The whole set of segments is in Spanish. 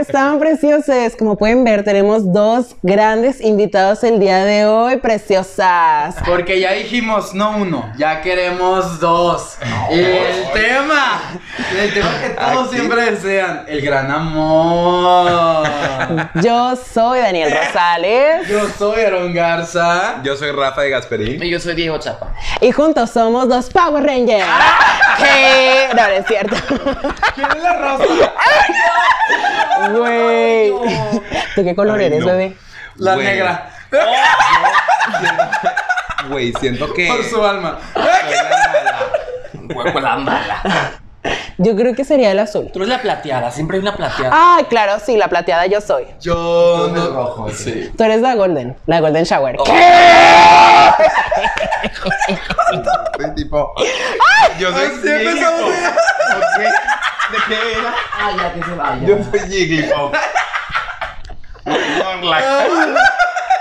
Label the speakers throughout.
Speaker 1: están preciosos? Como pueden ver, tenemos dos grandes invitados el día de hoy, preciosas.
Speaker 2: Porque ya dijimos no uno, ya queremos dos. Y el tema, el tema que todos siempre desean, el gran amor.
Speaker 1: Yo soy Daniel Rosales
Speaker 2: Yo soy Aaron Garza.
Speaker 3: Yo soy Rafa de Gasperín.
Speaker 4: Y yo soy Diego Chapa.
Speaker 1: y juntos somos los Power Rangers. Que- No, no es cierto.
Speaker 2: ¿Quién es la rosa?
Speaker 1: Güey. ¿De qué color
Speaker 3: Ay,
Speaker 1: eres,
Speaker 3: no.
Speaker 1: bebé?
Speaker 2: La
Speaker 3: Güey.
Speaker 2: negra. eh,
Speaker 3: Güey, siento que.
Speaker 2: Por su alma.
Speaker 3: soy la mala.
Speaker 4: Hueco la mala.
Speaker 1: Yo creo que sería el azul.
Speaker 4: Tú eres la plateada, siempre hay una plateada.
Speaker 1: Ah, claro, sí, la plateada yo soy.
Speaker 2: Yo
Speaker 4: eres
Speaker 2: no.
Speaker 4: rojo,
Speaker 2: Sí.
Speaker 1: Tú eres la Golden, la Golden Shower.
Speaker 3: Soy tipo. Yo soy.
Speaker 2: Así empezamos.
Speaker 3: ¿Por qué? ¿De qué era?
Speaker 4: Ah, ya que se vaya.
Speaker 3: Yo soy Jigglypuff. Ay,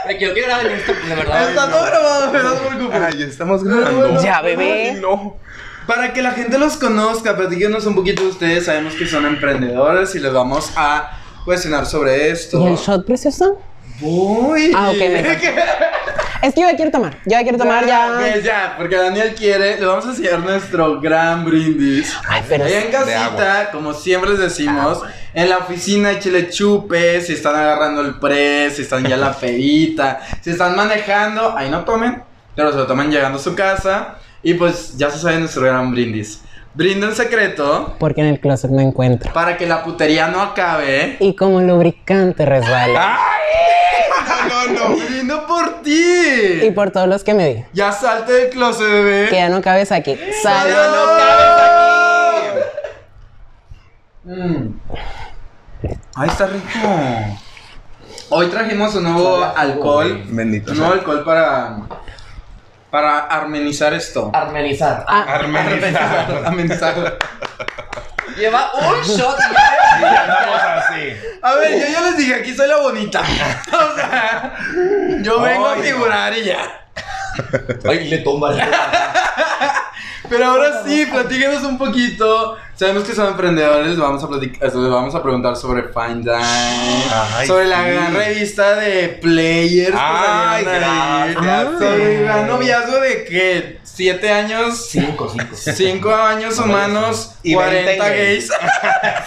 Speaker 4: Me quiero que graben esto, de verdad.
Speaker 2: Está todo grabado, pero no te preocupes.
Speaker 3: Ay, estamos grabando.
Speaker 1: Ya, bebé.
Speaker 3: Ay, no.
Speaker 2: Para que la gente los conozca, platíquenos un poquito de ustedes. Sabemos que son emprendedores y les vamos a cuestionar sobre esto.
Speaker 3: Oh.
Speaker 1: ¿Y el shot precioso?
Speaker 2: Voy.
Speaker 1: Ah, ok, mejor. Es que yo ya quiero tomar, yo ya quiero tomar ya.
Speaker 2: Ok, pues ya, porque Daniel quiere, le vamos a enseñar nuestro gran brindis.
Speaker 1: Ay, pero
Speaker 2: Allá en casita, como siempre les
Speaker 1: Ah,
Speaker 2: decimos, en la oficina chile chupe, si están agarrando el pre, si están ya en la feita, si están manejando, ahí no tomen, pero se lo toman llegando a su casa. Y pues ya se sabe nuestro gran brindis. Brindo en secreto
Speaker 1: porque en el closet me encuentro.
Speaker 2: para que la putería no acabe.
Speaker 1: Y como lubricante resbala.
Speaker 2: Ah.
Speaker 3: No, no.
Speaker 2: Brindo por
Speaker 1: Y
Speaker 2: ti.
Speaker 1: por todos los que me di.
Speaker 2: Ya salte del closet, bebé.
Speaker 1: Que ya no cabes aquí. Salud.
Speaker 2: Mm. Ay, está rico. Hoy trajimos un nuevo alcohol.
Speaker 3: Bendito
Speaker 2: Un nuevo alcohol para. Para armenizar esto.
Speaker 4: Armenizar.
Speaker 1: Ah,
Speaker 3: Armenizar.
Speaker 2: Armenizar.
Speaker 4: Lleva un shot. y ya-
Speaker 3: Vamos así.
Speaker 2: A ver, yo ya les dije, aquí soy la bonita. O sea, yo vengo a
Speaker 3: Ay, no.
Speaker 2: figurar y ya.
Speaker 4: Ay, le tumba.
Speaker 2: Pero ahora sí, platíquenos un poquito. Sabemos que son emprendedores, les vamos a, platicar, les vamos a preguntar sobre Fine Dine,
Speaker 3: Ay,
Speaker 2: sobre la
Speaker 3: sí.
Speaker 2: gran revista de Players. que
Speaker 3: Ay,
Speaker 2: salieron ahí,
Speaker 3: gracias.
Speaker 2: Sobre el gran noviazgo de que siete años,
Speaker 4: Cinco, cinco.
Speaker 2: cinco años humanos y
Speaker 3: Y
Speaker 2: 40
Speaker 3: veinte gays.
Speaker 2: gays.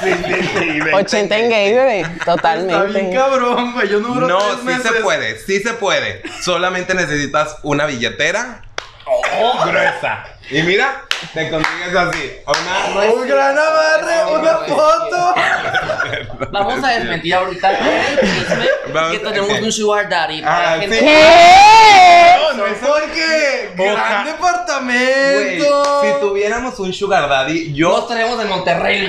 Speaker 3: Sí, sí, sí, ven.
Speaker 1: 80 en gay, bebé.
Speaker 2: Está bien
Speaker 1: Totalmente.
Speaker 2: cabrón, güey. Yo no duro
Speaker 3: No,
Speaker 2: tres
Speaker 3: sí
Speaker 2: meses.
Speaker 3: se puede, sí se puede. Solamente necesitas una billetera oh, gruesa. Y mira, te consigues así. Una...
Speaker 2: Un gran amarre, una foto.
Speaker 4: Vamos a desmentir ahorita el chisme
Speaker 3: Vamos-
Speaker 4: que tenemos un sugar daddy.
Speaker 3: Ah,
Speaker 4: para
Speaker 3: sí.
Speaker 4: gente-
Speaker 1: ¿Qué?
Speaker 3: No, no es
Speaker 2: Porque
Speaker 3: Boca.
Speaker 2: gran
Speaker 3: Güey,
Speaker 2: departamento.
Speaker 3: si tuviéramos un sugar daddy,
Speaker 4: Los
Speaker 3: yo,
Speaker 4: tenemos en Monterrey.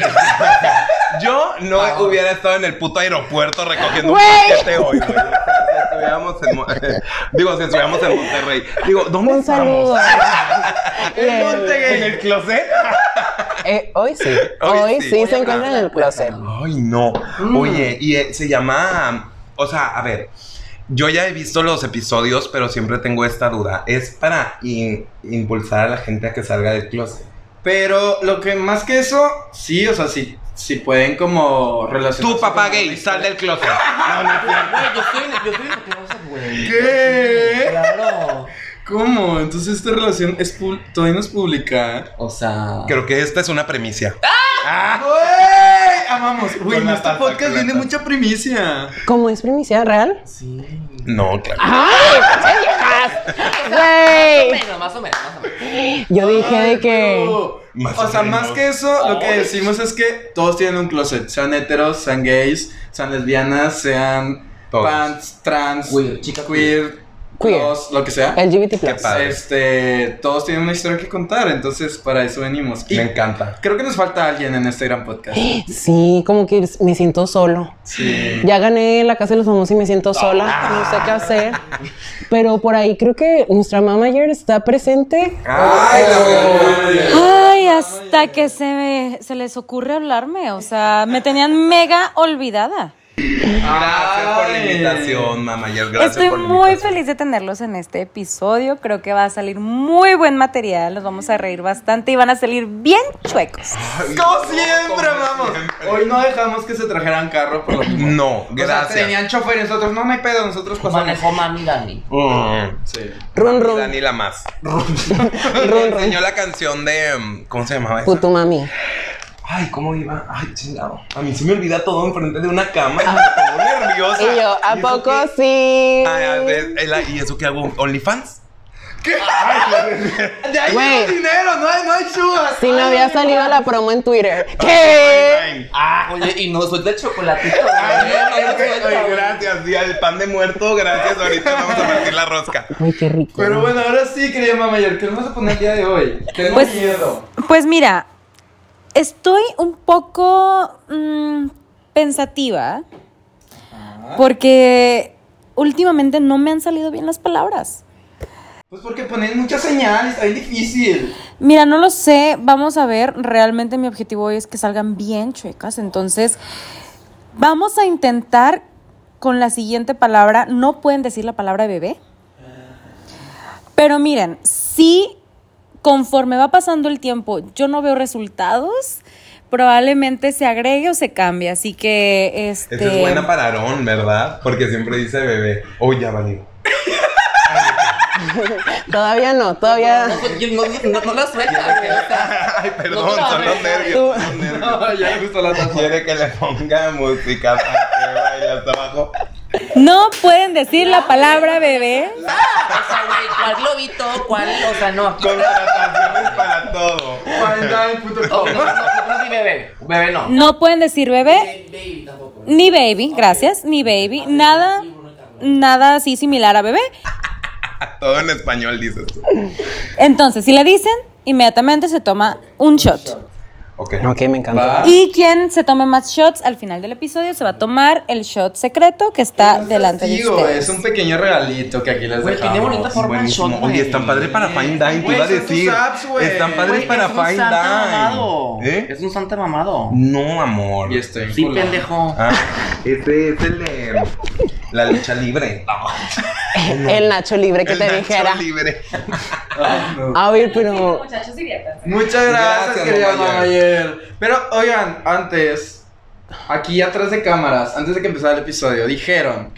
Speaker 3: yo no
Speaker 4: Ah.
Speaker 3: hubiera estado en el puto aeropuerto recogiendo
Speaker 1: Güey.
Speaker 3: un paquete hoy, güey. Si estuviéramos en Mon- Digo, si estuviéramos en Monterrey. Digo, ¿dónde
Speaker 1: Un
Speaker 3: estamos?
Speaker 1: saludo.
Speaker 2: El monte
Speaker 3: ¿En el
Speaker 2: gay.
Speaker 3: closet?
Speaker 1: Eh, hoy sí.
Speaker 3: Hoy
Speaker 1: Hoy
Speaker 3: sí.
Speaker 1: sí
Speaker 3: Hoy
Speaker 1: se encuentra en el closet.
Speaker 3: Ay, no. Oye, y eh, se llama. O sea, a ver. Yo ya he visto los episodios, pero siempre tengo esta duda. ¿Es para in- impulsar a la gente a que salga del closet?
Speaker 2: Pero lo que más que eso, sí, o sea, sí, sí pueden como relacionar.
Speaker 3: Tu papá gay, sal del closet. No, no es cierto.
Speaker 4: Güey, yo estoy, yo estoy en el closet, güey.
Speaker 2: ¿Qué?
Speaker 4: Claro.
Speaker 2: ¿Cómo? Entonces esta relación es pul- todavía no es pública.
Speaker 4: O sea.
Speaker 3: Creo que esta es una premicia.
Speaker 2: ¡Güey! Amamos. Güey,
Speaker 3: Ah. Con la
Speaker 2: nuestro
Speaker 3: taza, con
Speaker 2: podcast
Speaker 3: la
Speaker 2: viene
Speaker 3: taza.
Speaker 2: mucha primicia.
Speaker 1: ¿Cómo es primicia real?
Speaker 4: Sí.
Speaker 3: No, claro.
Speaker 2: Ah.
Speaker 1: ¡Güey!
Speaker 4: Bueno, más o menos, más o menos.
Speaker 1: Yo dije
Speaker 2: Ay,
Speaker 1: de que.
Speaker 2: pero-
Speaker 3: Más
Speaker 2: o
Speaker 3: o
Speaker 2: sea,
Speaker 3: menos.
Speaker 2: más que eso, lo que
Speaker 4: Ay.
Speaker 2: decimos es que todos tienen un closet. Sean heteros, sean gays, sean lesbianas, sean
Speaker 3: Todos.
Speaker 2: pants, trans,
Speaker 4: Queer, chica
Speaker 2: queer,
Speaker 1: Queer.
Speaker 2: cross, lo que sea.
Speaker 1: LGBT
Speaker 3: Qué
Speaker 1: Plus.
Speaker 3: pa- padre.
Speaker 2: Este, todos tienen una historia que contar, entonces para eso venimos. Y
Speaker 3: Me encanta.
Speaker 2: creo que nos falta alguien en este gran podcast.
Speaker 1: Sí, como que me siento solo.
Speaker 2: Sí.
Speaker 1: Ya gané la casa de los famosos y me siento sola,
Speaker 3: Ah.
Speaker 1: no sé qué hacer. Pero por ahí creo que nuestra manager está presente.
Speaker 3: Ay, la
Speaker 5: Ay, hasta que se, me- se les ocurre hablarme, o sea, me tenían mega olvidada.
Speaker 3: Gracias por la
Speaker 2: Ay.
Speaker 3: invitación, mamá. Gracias
Speaker 5: Estoy
Speaker 3: por la
Speaker 5: muy
Speaker 3: invitación.
Speaker 5: feliz de tenerlos en este episodio, creo que va a salir muy buen material, los vamos a reír bastante y van a salir bien chuecos.
Speaker 2: Como siempre, amamos.
Speaker 3: siempre.
Speaker 2: Hoy no dejamos que se trajeran carro por lo mismo.
Speaker 3: No,
Speaker 2: O sea,
Speaker 3: gracias.
Speaker 2: tenían chofer y nosotros, no, no hay pedo, nosotros pasamos.
Speaker 4: Manejó mami Dani.
Speaker 3: Mm.
Speaker 2: Sí.
Speaker 1: Run, run.
Speaker 3: Dani la más. Me
Speaker 1: Run, run.
Speaker 3: enseñó la canción de. mm, ¿Cómo se llamaba esa?
Speaker 1: Puto mami.
Speaker 3: Ay, ¿cómo iba? Ay, chingado. A mí se me olvida todo enfrente de una cama. y me pongo nerviosa.
Speaker 1: Y yo, ¿a
Speaker 3: eso Ah,
Speaker 1: poco
Speaker 3: qué?
Speaker 1: sí?
Speaker 3: Ay, a ver, el- eh, ¿Y eso qué hago? ¿OnlyFans?
Speaker 2: De ahí
Speaker 1: Güey.
Speaker 2: viene el dinero, no hay, no hay chubas.
Speaker 1: Si no había salido la promo en Twitter. ¿Qué?
Speaker 3: Ay,
Speaker 4: Ah, oye, y no soy de chocolatito.
Speaker 3: Ah, ay, es que- ay, gracias, día del pan de muerto. Gracias, ahorita vamos a partir la rosca.
Speaker 1: Ay, qué rico.
Speaker 2: Pero bueno, ahora sí, querida mamá mayor, ¿qué nos vamos a poner el día de hoy? Tengo
Speaker 5: Pues-
Speaker 2: miedo.
Speaker 5: Pues mira, estoy un poco mm, pensativa porque últimamente no me han salido bien las palabras.
Speaker 2: Pues porque ponen muchas señales, está bien difícil.
Speaker 5: Mira, no lo sé, vamos a ver, realmente mi objetivo hoy es que salgan bien chuecas, entonces vamos a intentar con la siguiente palabra, no pueden decir la palabra bebé, pero miren, si conforme va pasando el tiempo yo no veo resultados, probablemente se agregue o se cambie, así que este...
Speaker 3: Esa es buena para Aarón, ¿verdad? Porque siempre dice bebé. Uy, ya valió.
Speaker 1: Todavía no,
Speaker 4: No, pues,
Speaker 1: todavía.
Speaker 4: no, no, no, no la suelta.
Speaker 3: Ay, perdón,
Speaker 4: No,
Speaker 3: son los
Speaker 4: no,
Speaker 3: nervios. son los nervios.
Speaker 2: No, ya me gustó la taza.
Speaker 3: Quiere que le ponga música para que baile hasta abajo.
Speaker 5: No pueden decir la palabra bebé.
Speaker 4: O sea, güey, ¿cuál globito? ¿Cuál? O sea, no.
Speaker 3: Contrataciones para todo.
Speaker 4: Oh, no, no, no, no, sí, bebé. Bebé no.
Speaker 5: No pueden decir bebé.
Speaker 4: Baby tampoco.
Speaker 5: Ni baby, gracias, ni baby, nada, nada así similar a bebé.
Speaker 3: Todo en español, dices tú.
Speaker 5: Entonces, si le dicen, inmediatamente se toma un shot.
Speaker 3: Ok.
Speaker 1: Ok, me encanta.
Speaker 2: Va.
Speaker 5: Y quien se tome más shots al final del episodio se va a tomar el shot secreto que está
Speaker 2: Un
Speaker 5: delante de
Speaker 2: castigo,
Speaker 5: ustedes.
Speaker 2: Es un pequeño regalito que aquí les
Speaker 4: Güey,
Speaker 2: dejamos.
Speaker 4: tiene bonita forma el shot,
Speaker 3: Buenísimo.
Speaker 4: güey.
Speaker 3: Oye, están padres para Fine Dine, te
Speaker 2: Güey,
Speaker 3: iba a
Speaker 2: son tus
Speaker 3: decir.
Speaker 2: apps, güey.
Speaker 3: Están
Speaker 2: Güey,
Speaker 3: padres para
Speaker 4: es un
Speaker 3: Fine
Speaker 4: santa mamado.
Speaker 3: Dine. ¿Eh?
Speaker 4: Es un santa mamado.
Speaker 3: No, amor.
Speaker 2: Y estoy en
Speaker 4: Sí,
Speaker 2: culo.
Speaker 4: pendejo.
Speaker 3: Ah, este es el de la lucha libre.
Speaker 1: El Nacho libre que
Speaker 3: El
Speaker 1: te
Speaker 3: Nacho
Speaker 1: dijera.
Speaker 3: libre.
Speaker 2: Ah, no.
Speaker 1: A ver, pero.
Speaker 5: Muchachos, diviértanse.
Speaker 2: Muchas gracias,
Speaker 3: Gracias,
Speaker 2: querida
Speaker 3: mamá
Speaker 2: mamá Mayer. Pero oigan, antes, aquí atrás de cámaras, antes de que empezara el episodio, dijeron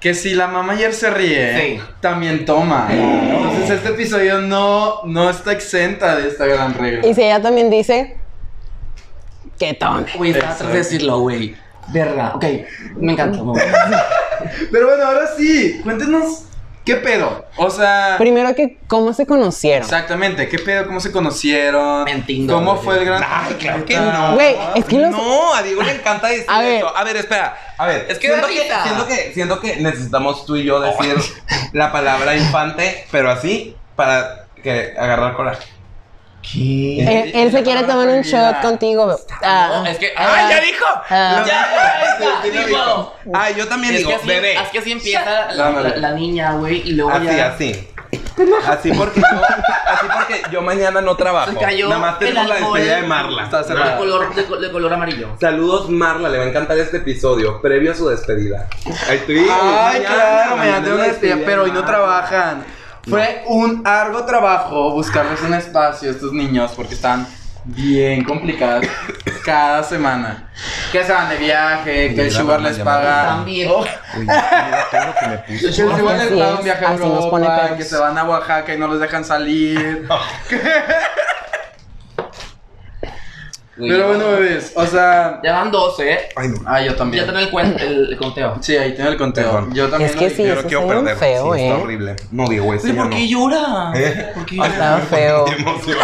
Speaker 2: que si la mamá ayer se ríe,
Speaker 4: Sí.
Speaker 2: también toma. Entonces este episodio no, no está exenta de esta gran regla.
Speaker 1: Y si ella también dice. Que tome.
Speaker 4: Güey, estaba atrás de decirlo, güey. Verga. Ok, me encanta. me encanta.
Speaker 2: Pero bueno, ahora sí, cuéntenos qué pedo. O sea,
Speaker 1: Primero que, ¿cómo se conocieron?
Speaker 2: exactamente, qué pedo, cómo se conocieron,
Speaker 4: En Tinder,
Speaker 2: cómo
Speaker 4: güey.
Speaker 2: fue el gran.
Speaker 3: Ay, claro que no.
Speaker 1: Güey, es que los.
Speaker 3: Ah, No, a Diego le encanta decir
Speaker 1: A ver.
Speaker 3: eso. A ver, espera. A ver,
Speaker 4: Es que
Speaker 3: siento
Speaker 4: da
Speaker 3: que,
Speaker 4: risa.
Speaker 3: siento que siento que necesitamos tú y yo decir la palabra infante, pero así para que agarrar coraje.
Speaker 4: ¿Qué?
Speaker 1: Él, él se quiere tomar un shot contigo. Ah.
Speaker 4: No, es que.
Speaker 3: ¡Ah, ya dijo!
Speaker 1: Ah.
Speaker 3: Lo
Speaker 4: Ya,
Speaker 3: dijo.
Speaker 4: ya,
Speaker 3: Sí,
Speaker 4: ya,
Speaker 3: sí lo
Speaker 4: dijo.
Speaker 3: Este, dijo. Ah, yo también
Speaker 4: Es
Speaker 3: digo,
Speaker 4: que así,
Speaker 3: bebé.
Speaker 4: es que así empieza la,
Speaker 2: Dándole.
Speaker 4: la- la niña, güey, y luego
Speaker 3: Así,
Speaker 4: ya
Speaker 3: así. Así porque yo, así porque yo mañana no trabajo.
Speaker 4: Se cayó
Speaker 3: Nada más
Speaker 4: el
Speaker 3: tenemos la
Speaker 4: alcohol.
Speaker 3: despedida de Marla.
Speaker 2: Está
Speaker 4: de
Speaker 2: cerrado.
Speaker 4: color, de, co- de color amarillo.
Speaker 3: Saludos Marla, le va a encantar este episodio, previo a su despedida. Ay, estoy-
Speaker 2: Ay,
Speaker 3: mañana,
Speaker 2: claro, me
Speaker 3: mañana
Speaker 2: dan una despedida,
Speaker 3: de
Speaker 2: pero hoy no
Speaker 3: Marla.
Speaker 2: trabajan. Fue un largo trabajo buscarles un espacio a estos niños porque están bien complicadas cada semana. Que se van de viaje, que el
Speaker 3: Mira,
Speaker 2: Sugar
Speaker 3: mamá,
Speaker 2: les
Speaker 3: ya
Speaker 2: paga.
Speaker 4: me- También.
Speaker 2: Oh,
Speaker 3: Uy, mira todo lo que me puso.
Speaker 2: el Sugar les
Speaker 1: Así
Speaker 2: paga
Speaker 1: es,
Speaker 2: un viaje a
Speaker 1: así nos
Speaker 2: Europa,
Speaker 1: pone perros.
Speaker 2: que se van a Oaxaca y no los dejan salir.
Speaker 4: Güey,
Speaker 2: Pero bueno, bebés, o sea.
Speaker 4: Ya van 12, ¿eh?
Speaker 3: Ay, no.
Speaker 2: Ah, yo
Speaker 4: Ya
Speaker 2: también.
Speaker 4: tengo el, cuen- el conteo.
Speaker 2: Sí, ahí tengo el conteo.
Speaker 3: Perdón.
Speaker 2: Yo también.
Speaker 1: Es
Speaker 2: lo
Speaker 1: que
Speaker 2: dije.
Speaker 1: sí,
Speaker 3: Yo
Speaker 1: eso
Speaker 3: no quiero
Speaker 1: está bien
Speaker 3: perder.
Speaker 1: feo,
Speaker 3: sí,
Speaker 1: ¿eh?
Speaker 3: Está horrible. No, Diego, ese
Speaker 4: Güey,
Speaker 3: ya
Speaker 4: ¿por
Speaker 3: no.
Speaker 4: qué llora?
Speaker 3: ¿Eh?
Speaker 4: ¿Por qué llora?
Speaker 1: Estaba feo.
Speaker 3: Qué emoción.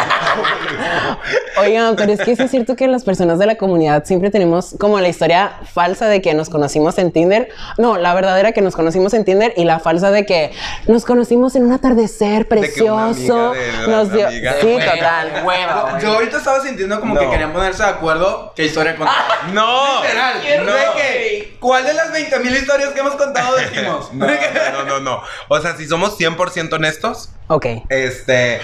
Speaker 1: Oigan, pero es que sí es cierto que las personas de la comunidad siempre tenemos como la historia falsa de que nos conocimos en Tinder. No, la verdadera que nos conocimos en Tinder y la falsa de que nos conocimos en un atardecer
Speaker 3: De que una
Speaker 1: precioso.
Speaker 3: amiga de la
Speaker 1: nos dio.
Speaker 3: amiga.
Speaker 1: Sí,
Speaker 4: Hueva,
Speaker 1: total.
Speaker 4: Hueva, güey.
Speaker 2: Yo ahorita estaba sintiendo como que
Speaker 3: No.
Speaker 2: querían ponerse de acuerdo qué historia contar.
Speaker 3: No.
Speaker 2: Literal,
Speaker 3: No.
Speaker 2: de que, ¿cuál de las 20.000 historias que hemos contado decimos?
Speaker 3: No, no, no, no, no. O sea, si somos 100% honestos,
Speaker 1: Ok.
Speaker 3: este.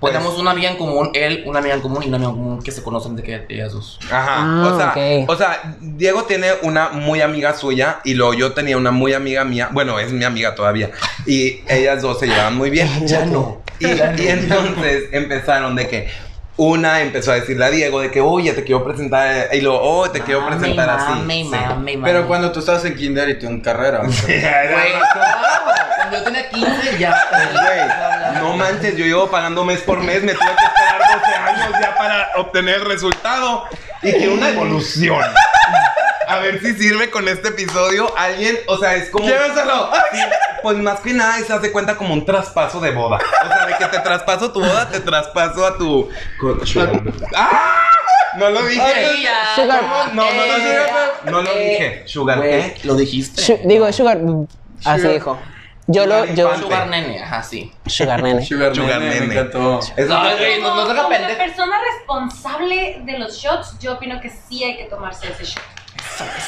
Speaker 3: Pues,
Speaker 4: Tenemos una amiga en común, él, una amiga en común y una amiga en común que se conocen de que ellas dos.
Speaker 3: Ajá.
Speaker 1: Ah,
Speaker 3: o, sea,
Speaker 1: ok.
Speaker 3: o sea, Diego tiene una muy amiga suya y luego yo tenía una muy amiga mía. Bueno, es mi amiga todavía. Y ellas dos se llevaban muy bien.
Speaker 4: Ya no.
Speaker 3: Y, y entonces empezaron de que, Una empezó a decirle a Diego de que, oye, te quiero presentar, y luego, oh, te quiero
Speaker 4: Mami,
Speaker 3: presentar así.
Speaker 4: mami,
Speaker 3: Sí.
Speaker 4: mami, mami.
Speaker 2: Pero cuando tú estabas en kinder y tú en carrera.
Speaker 4: Güey, claro, cuando yo tenía 15 ya.
Speaker 3: Güey, no manches, yo llevo pagando mes por mes, me tuve que esperar 12 años ya para obtener el resultado. Y que una evolución. A ver si sirve con este episodio. Alguien, o sea, es como.
Speaker 2: ¡Llévenselo!
Speaker 3: Sí, pues más que nada se hace cuenta como un traspaso de boda. O sea, de que te traspaso tu boda, te traspaso a tu. ¡Ah! No lo dije.
Speaker 4: Ella,
Speaker 1: Sugar.
Speaker 4: ¿cómo
Speaker 3: No, no lo
Speaker 4: que?
Speaker 3: dije. No lo dije. Sugar, ¿qué?
Speaker 4: Eh, Güey, lo dijiste.
Speaker 1: Shu- digo, sugar. Así
Speaker 2: Sugar.
Speaker 1: dijo. Yo lo.
Speaker 3: Sugar
Speaker 1: Yo,
Speaker 3: infante.
Speaker 4: Sugar nene, ajá, sí.
Speaker 1: sugar nene.
Speaker 2: Sugar,
Speaker 3: Sugar
Speaker 2: nene,
Speaker 3: nene.
Speaker 2: me encantó.
Speaker 3: Es lo que-
Speaker 4: Ay, güey, nos- nos deja
Speaker 6: Como la
Speaker 4: pende-
Speaker 6: persona responsable de los shots, yo opino que sí hay que tomarse ese shot.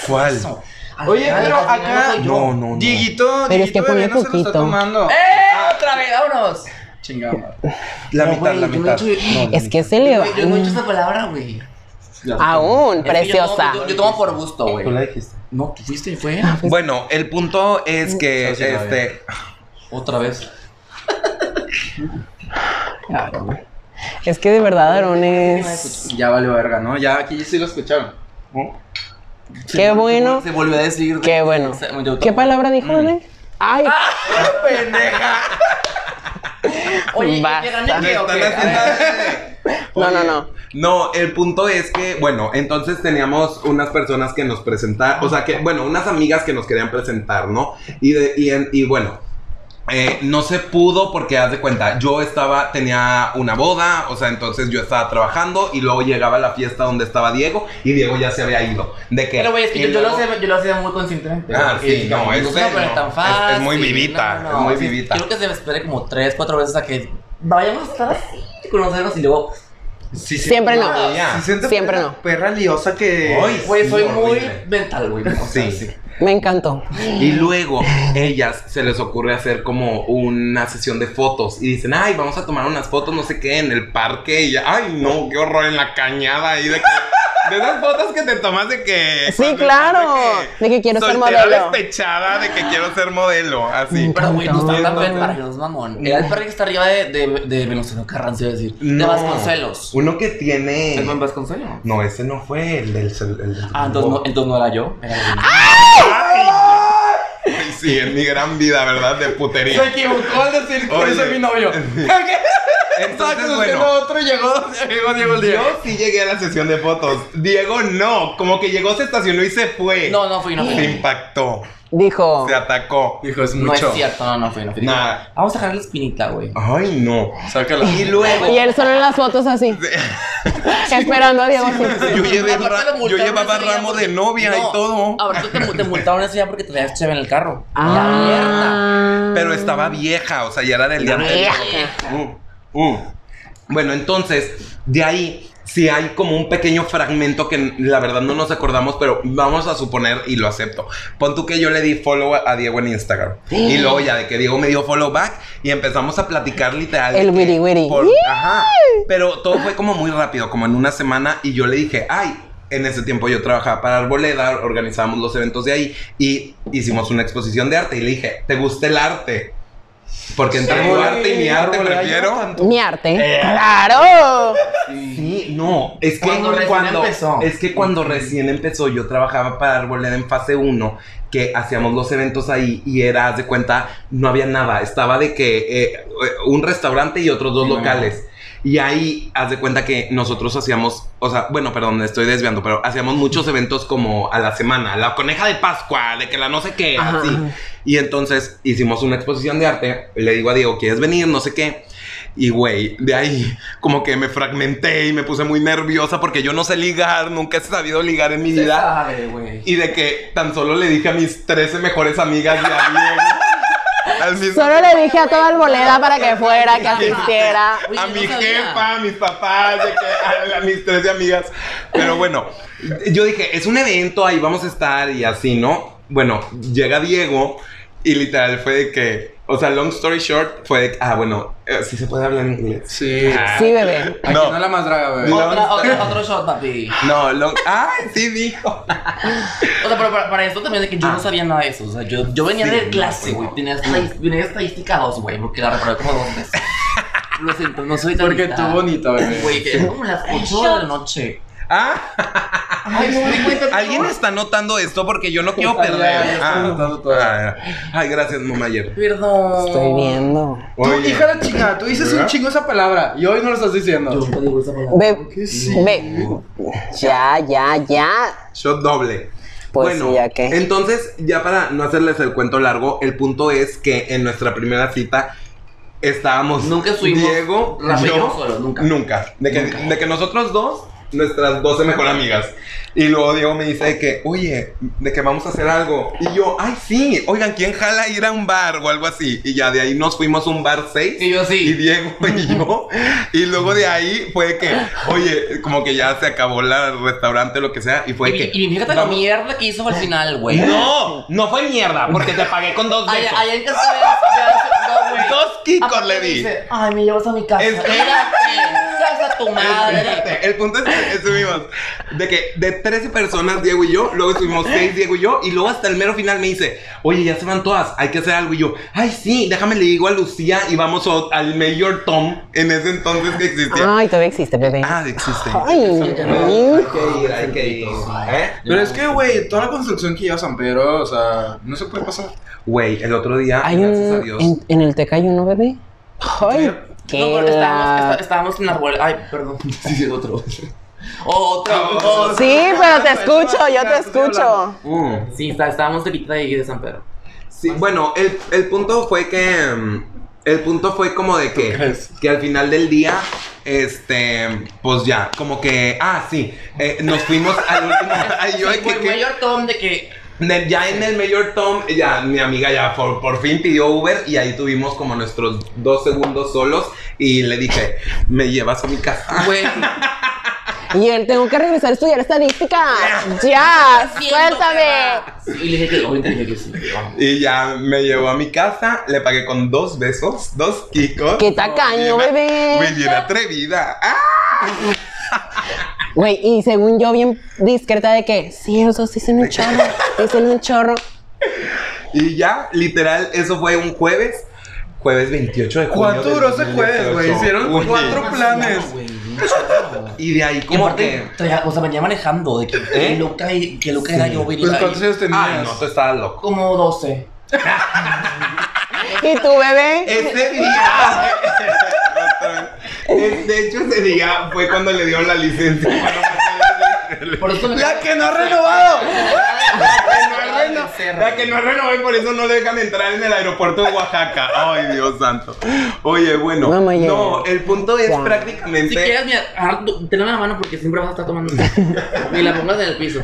Speaker 3: ¿Cuál?
Speaker 4: Eso. Al
Speaker 2: Oye,
Speaker 4: final,
Speaker 2: pero
Speaker 4: al final
Speaker 2: acá.
Speaker 4: soy yo.
Speaker 3: No, no, no.
Speaker 2: Dieguito,
Speaker 1: Pero es que
Speaker 2: Dieguito bebé no
Speaker 1: ponle
Speaker 2: se lo está
Speaker 1: poquito.
Speaker 2: tomando.
Speaker 4: ¡Eh! ¡Otra vez! ¡Vámonos!
Speaker 2: Chingada madre.
Speaker 3: La
Speaker 4: No,
Speaker 3: mitad,
Speaker 4: güey,
Speaker 3: la
Speaker 4: yo no he
Speaker 3: mitad.
Speaker 4: hecho-
Speaker 3: No, la
Speaker 1: Es que se le va.
Speaker 4: Yo, yo no he hecho esa palabra, güey.
Speaker 2: Ya.
Speaker 1: Aún,
Speaker 4: Es que yo tomo-
Speaker 1: preciosa.
Speaker 4: Yo, yo tomo por gusto,
Speaker 3: mitad. Tú la
Speaker 4: güey.
Speaker 3: dijiste.
Speaker 4: No, tú fuiste y fue.
Speaker 3: Bueno, el punto
Speaker 1: Mm,
Speaker 3: es que
Speaker 2: Sí, sí, está bien.
Speaker 3: este.
Speaker 4: Otra vez.
Speaker 1: Es que de verdad, Aaron es.
Speaker 2: Ya vale verga, ¿no? Ya aquí sí lo escucharon.
Speaker 1: Qué bueno.
Speaker 4: Se volvió a decir.
Speaker 1: Qué bueno.
Speaker 4: Se- yo-
Speaker 1: ¿Qué palabra dijo, Daniel? Ay,
Speaker 4: Ah. Oye, ¿y
Speaker 1: Basta.
Speaker 4: qué gané,
Speaker 3: Me
Speaker 4: qué, o
Speaker 3: están
Speaker 4: qué?
Speaker 3: haciendo-
Speaker 4: A ver,
Speaker 1: no, no,
Speaker 3: Oye,
Speaker 1: no.
Speaker 3: No, el punto es que, bueno, entonces teníamos unas personas que nos presentaron, o sea, que, bueno, unas amigas que nos querían presentar, ¿no? Y, de- y, en- y bueno, eh, no se pudo porque, haz de cuenta, yo estaba, tenía una boda, o sea, entonces yo estaba trabajando y luego llegaba a la fiesta donde estaba Diego y Diego ya se había ido. ¿De qué?
Speaker 4: Pero, güey, es que
Speaker 3: Y
Speaker 4: yo, yo lo
Speaker 3: luego-
Speaker 4: hacía, yo lo hacía muy conscientemente.
Speaker 3: Ah,
Speaker 4: porque
Speaker 3: sí, no,
Speaker 4: yo,
Speaker 3: es-
Speaker 4: pero
Speaker 3: no,
Speaker 4: tan
Speaker 3: es-
Speaker 4: fácil.
Speaker 3: es muy vivita, es muy vivita.
Speaker 4: Quiero que se me espere como tres, cuatro veces a que vayamos a estar así, conocernos y luego.
Speaker 2: Sí, sí.
Speaker 1: Siempre no.
Speaker 3: Ya.
Speaker 2: Sí, siento
Speaker 1: Siempre
Speaker 2: perra-
Speaker 1: no.
Speaker 2: Perra liosa que.
Speaker 3: Ay,
Speaker 4: Güey,
Speaker 3: sí,
Speaker 4: soy muy
Speaker 3: horrible.
Speaker 4: mental, güey. o sea,
Speaker 3: Sí.
Speaker 1: Me encantó.
Speaker 3: Y luego ellas se les ocurre hacer como una sesión de fotos y dicen, ay, vamos a tomar unas fotos, no sé qué, en el parque. Y ya, ay, no, qué horror en la cañada ahí de que... De esas fotos que te tomas de que...
Speaker 1: Sí,
Speaker 3: cuando
Speaker 1: claro,
Speaker 3: estás
Speaker 1: de que quiero ser
Speaker 3: soltera
Speaker 1: modelo.
Speaker 3: despechada, de que quiero ser modelo, así.
Speaker 4: Pero, güey, no está tan bien
Speaker 3: Entonces,
Speaker 4: para los mamón. Era el parque que está arriba de, de, de Venustiano Carranza, iba a decir.
Speaker 3: no.
Speaker 4: De Vasconcelos.
Speaker 3: Uno que
Speaker 4: ¿Es buen
Speaker 3: tiene...
Speaker 4: Vasconcelos?
Speaker 3: No, ese no fue el del... el del-
Speaker 4: Ah, entonces no, entonces no era yo. Era alguien.
Speaker 3: Ay, Sí, es mi gran vida, ¿verdad? De putería.
Speaker 2: Se equivocó al decir que
Speaker 3: Oye.
Speaker 2: soy mi novio. Estaba
Speaker 3: Entonces,
Speaker 2: conociendo
Speaker 3: bueno...
Speaker 2: a otro y llegó, llegó Diego el día.
Speaker 3: Yo sí llegué a la sesión de fotos. Diego no, como que llegó, se estacionó y se fue.
Speaker 4: No, no fui, no
Speaker 3: Se
Speaker 4: fui.
Speaker 3: impactó,
Speaker 1: Dijo.
Speaker 3: se atacó.
Speaker 2: Dijo, es
Speaker 4: No
Speaker 2: mucho.
Speaker 4: es cierto, no, no fui, no fui.
Speaker 3: Nah.
Speaker 4: Vamos a dejar la espinita, güey.
Speaker 3: Ay, no.
Speaker 2: Sácala.
Speaker 3: Y luego.
Speaker 1: Y él solo en las fotos así. Esperando a Diego. así.
Speaker 3: Yo, llevé
Speaker 4: Aparte
Speaker 3: ra-
Speaker 4: lo multaron
Speaker 3: yo llevaba
Speaker 4: ese día
Speaker 3: ramo
Speaker 4: porque-
Speaker 3: de novia
Speaker 4: No, Ah.
Speaker 3: y todo.
Speaker 4: Ahora tú te, mu- te multaron ese día porque traías cheve en el carro. La mierda.
Speaker 1: Ah.
Speaker 3: Pero estaba vieja, o sea, ya era del día anterior. Mm, mm. Bueno, entonces, de ahí sí hay como un pequeño fragmento que n- la verdad no nos acordamos, pero vamos a suponer y lo acepto. Pon tú que yo le di follow a a Diego en Instagram. Y luego ya de que Diego me dio follow back y empezamos a platicar literal. de
Speaker 1: El
Speaker 3: que
Speaker 1: wiri wiri.
Speaker 3: por- ajá. Pero todo fue como muy rápido, como en una semana y yo le dije, ay. En ese tiempo yo trabajaba para Arboleda, organizábamos los eventos de ahí y hicimos una exposición de arte y le dije, ¿te gusta el arte? Porque entre
Speaker 2: Sí,
Speaker 3: tu arte y mi arte
Speaker 2: Arboleda, yo
Speaker 3: prefiero.
Speaker 2: tanto.
Speaker 1: Mi arte.
Speaker 3: Eh.
Speaker 1: ¡Claro!
Speaker 3: Sí, no, es que
Speaker 4: Cuando
Speaker 3: cuando,
Speaker 4: recién empezó.
Speaker 3: es que cuando recién empezó yo trabajaba para Arboleda en fase 1, que hacíamos los eventos ahí y era haz de cuenta no había nada, estaba de que eh, un restaurante y otros dos
Speaker 2: Sí,
Speaker 3: locales. Y ahí haz de cuenta que nosotros hacíamos, o sea, bueno, perdón, me estoy desviando, pero hacíamos muchos eventos como a la semana, la coneja de Pascua, de que la no sé qué,
Speaker 1: Ajá,
Speaker 3: así.
Speaker 1: ajá.
Speaker 3: Y entonces hicimos una exposición de arte. Le digo a Diego, ¿quieres venir? No sé qué. Y güey, de ahí como que me fragmenté y me puse muy nerviosa porque yo no sé ligar, nunca he sabido ligar en mi
Speaker 4: Se
Speaker 3: vida.
Speaker 4: sabe, güey.
Speaker 3: Y de que tan solo le dije a mis 13 mejores amigas y a Diego. al mismo-
Speaker 1: Solo le dije a toda arboleda para que fuera, que asistiera.
Speaker 4: Oye,
Speaker 3: a
Speaker 4: yo
Speaker 3: mi
Speaker 4: no sabía.
Speaker 3: jefa, a mis papás, de que- a, a mis 13 amigas. Pero bueno, yo dije, es un evento, ahí vamos a estar y así, ¿no? Bueno, llega Diego y literal fue de que, o sea, long story short, fue de que, ah, bueno, eh, sí se puede hablar en inglés.
Speaker 2: Sí.
Speaker 1: Sí, bebé.
Speaker 2: Aquí
Speaker 3: No.
Speaker 2: no la más draga, bebé.
Speaker 3: No.
Speaker 4: Otra, otra- otro shot, papi.
Speaker 3: No, long, ay, sí dijo.
Speaker 4: O sea, pero para, para esto también es que yo no sabía nada de eso. O sea, yo, yo venía
Speaker 3: Sí,
Speaker 4: de
Speaker 3: no,
Speaker 4: clase,
Speaker 3: güey.
Speaker 4: güey. Tenía, esta- venía de estadística 2, güey, porque la reprobé como dos veces. Lo siento, no soy tan
Speaker 2: Porque tú bonito, bebé.
Speaker 4: Güey, que es como las 8 de la noche.
Speaker 3: Ah,
Speaker 4: Ay, no me cuenta.
Speaker 3: alguien está notando esto porque yo no quiero
Speaker 2: Ya, ya
Speaker 3: perder.
Speaker 2: está
Speaker 3: Ah,
Speaker 2: anotando todo.
Speaker 3: ah, ay, gracias, Momayer.
Speaker 4: Perdón.
Speaker 1: Estoy viendo.
Speaker 2: Tú, hija de la chingada, tú dices un chingo esa palabra y hoy no lo estás diciendo.
Speaker 4: Yo nunca digo esa palabra.
Speaker 1: Ve,
Speaker 2: ¿Qué sí?
Speaker 1: ve. Ya, ya, ya.
Speaker 3: Shot doble.
Speaker 1: Pues sí, ya que.
Speaker 3: entonces, ya para no hacerles el cuento largo, el punto es que en nuestra primera cita estábamos
Speaker 4: Nunca fuimos
Speaker 3: Diego,
Speaker 4: Rafael y yo
Speaker 3: yo,
Speaker 4: solos, nunca.
Speaker 3: Nunca. De que, de que nosotros dos, nuestras 12 mejor amigas. Y luego Diego me dice de que, oye, de que vamos a hacer algo. Y yo, ay, sí, oigan, ¿quién jala ir a un bar o algo así? Y ya de ahí nos fuimos a un bar 6.
Speaker 4: Y yo sí.
Speaker 3: Y Diego y yo. Y luego de ahí fue que, oye, como que ya se acabó la- el restaurante o lo que sea. Y fue
Speaker 4: Y,
Speaker 3: que.
Speaker 4: y fíjate la
Speaker 3: vamos-
Speaker 4: mierda que hizo al final, güey.
Speaker 3: No, no fue mierda, porque te pagué con dos
Speaker 4: Allá,
Speaker 3: besos.
Speaker 4: allá en casa ya- ya- no, güey.
Speaker 3: Dos kikos
Speaker 4: Aparte
Speaker 3: le di.
Speaker 4: dice, Ay, me llevas a mi casa.
Speaker 3: Espérate.
Speaker 4: Espérate, a tu madre.
Speaker 3: Espérate, El punto es que estuvimos de que de 13 personas, Diego y yo, luego estuvimos 6, Diego y yo, y luego hasta el mero final me dice, oye, ya se van todas, hay que hacer algo. Y yo, ay, sí, déjame le digo a Lucía y vamos o- al Mayor Tom en ese entonces que existía.
Speaker 1: Ay, todavía existe, bebé.
Speaker 3: Ah, existe.
Speaker 1: Ay,
Speaker 3: Hay que ir, hay que ir. ¿eh?
Speaker 2: Pero es que, güey, toda la construcción que lleva San Pedro, o sea, no se puede pasar.
Speaker 3: Güey, el otro día,
Speaker 1: hay
Speaker 3: gracias a
Speaker 1: un.
Speaker 3: Dios.
Speaker 1: En, en el Teca hay uno, bebé. Ay, qué
Speaker 4: No, pero estábamos,
Speaker 1: la.
Speaker 4: está- estábamos en la abuela. Ay, perdón. Sí, otro. Otro. otro.
Speaker 1: Sí, pero te escucho, yo te
Speaker 2: Estoy hablando.
Speaker 1: escuco.
Speaker 3: Mm.
Speaker 4: Sí, está- estábamos cerquita de ahí de San Pedro.
Speaker 3: Sí, bueno, el, el punto fue que. mm, El punto fue como de que.
Speaker 2: crees?
Speaker 3: Que al final del día. Este. Pues ya, como que. Ah, sí. eh, nos fuimos al último. ay, yo,
Speaker 4: Sí,
Speaker 3: ¿qué-
Speaker 4: fue el
Speaker 3: qué?
Speaker 4: mayor tom de que
Speaker 3: Ne- Ya en el Mayor Tom, ya mi amiga ya por, por fin pidió Uber y ahí tuvimos como nuestros dos segundos solos y le dije, me llevas a mi casa.
Speaker 4: Güey,
Speaker 1: Y él, tengo que regresar a estudiar estadística. Ya, suéltame.
Speaker 4: Sí, Y le dije que obviamente le dije que sí.
Speaker 3: Y ya me llevó a mi casa, le pagué con dos besos, dos kikos.
Speaker 1: Qué tacaño,
Speaker 3: Bien-
Speaker 1: bebé.
Speaker 3: Güey, bien atrevida. ¡Ah!
Speaker 1: Güey, y según yo, bien discreta de que, sí, esos dicen un chorro, dicen un chorro.
Speaker 3: Y ya, literal, eso fue un jueves. Jueves 28 de junio.
Speaker 2: ¿Cuánto
Speaker 3: del
Speaker 2: duró ese jueves,
Speaker 3: 2018?
Speaker 2: güey? Hicieron
Speaker 3: Uy.
Speaker 2: cuatro planes.
Speaker 4: Güey,
Speaker 3: Y de ahí
Speaker 4: que
Speaker 3: como que...
Speaker 4: aparte, traía- o sea, venía manejando de que qué loca, y- qué loca era yo venir
Speaker 2: Pues, ¿cuántos
Speaker 4: ahí.
Speaker 2: años
Speaker 3: Ay,
Speaker 2: tenías?
Speaker 3: no, tú estabas loco.
Speaker 4: Como 12.
Speaker 1: ¿Y tu bebé?
Speaker 3: Ese día... Es- de hecho, ese día fue cuando le dieron la licencia.
Speaker 4: Por eso me
Speaker 2: ¡La que no ha renovado!
Speaker 3: La que no renové, por eso no le dejan entrar en el aeropuerto de Oaxaca. Ay, Dios santo. Oye, bueno.
Speaker 1: Mamá, ya.
Speaker 3: no, el punto es
Speaker 1: Ya.
Speaker 3: prácticamente.
Speaker 4: Si quieres, mira, agarra tu- tenme la mano porque siempre vas a estar tomando. Y la pongas en el piso.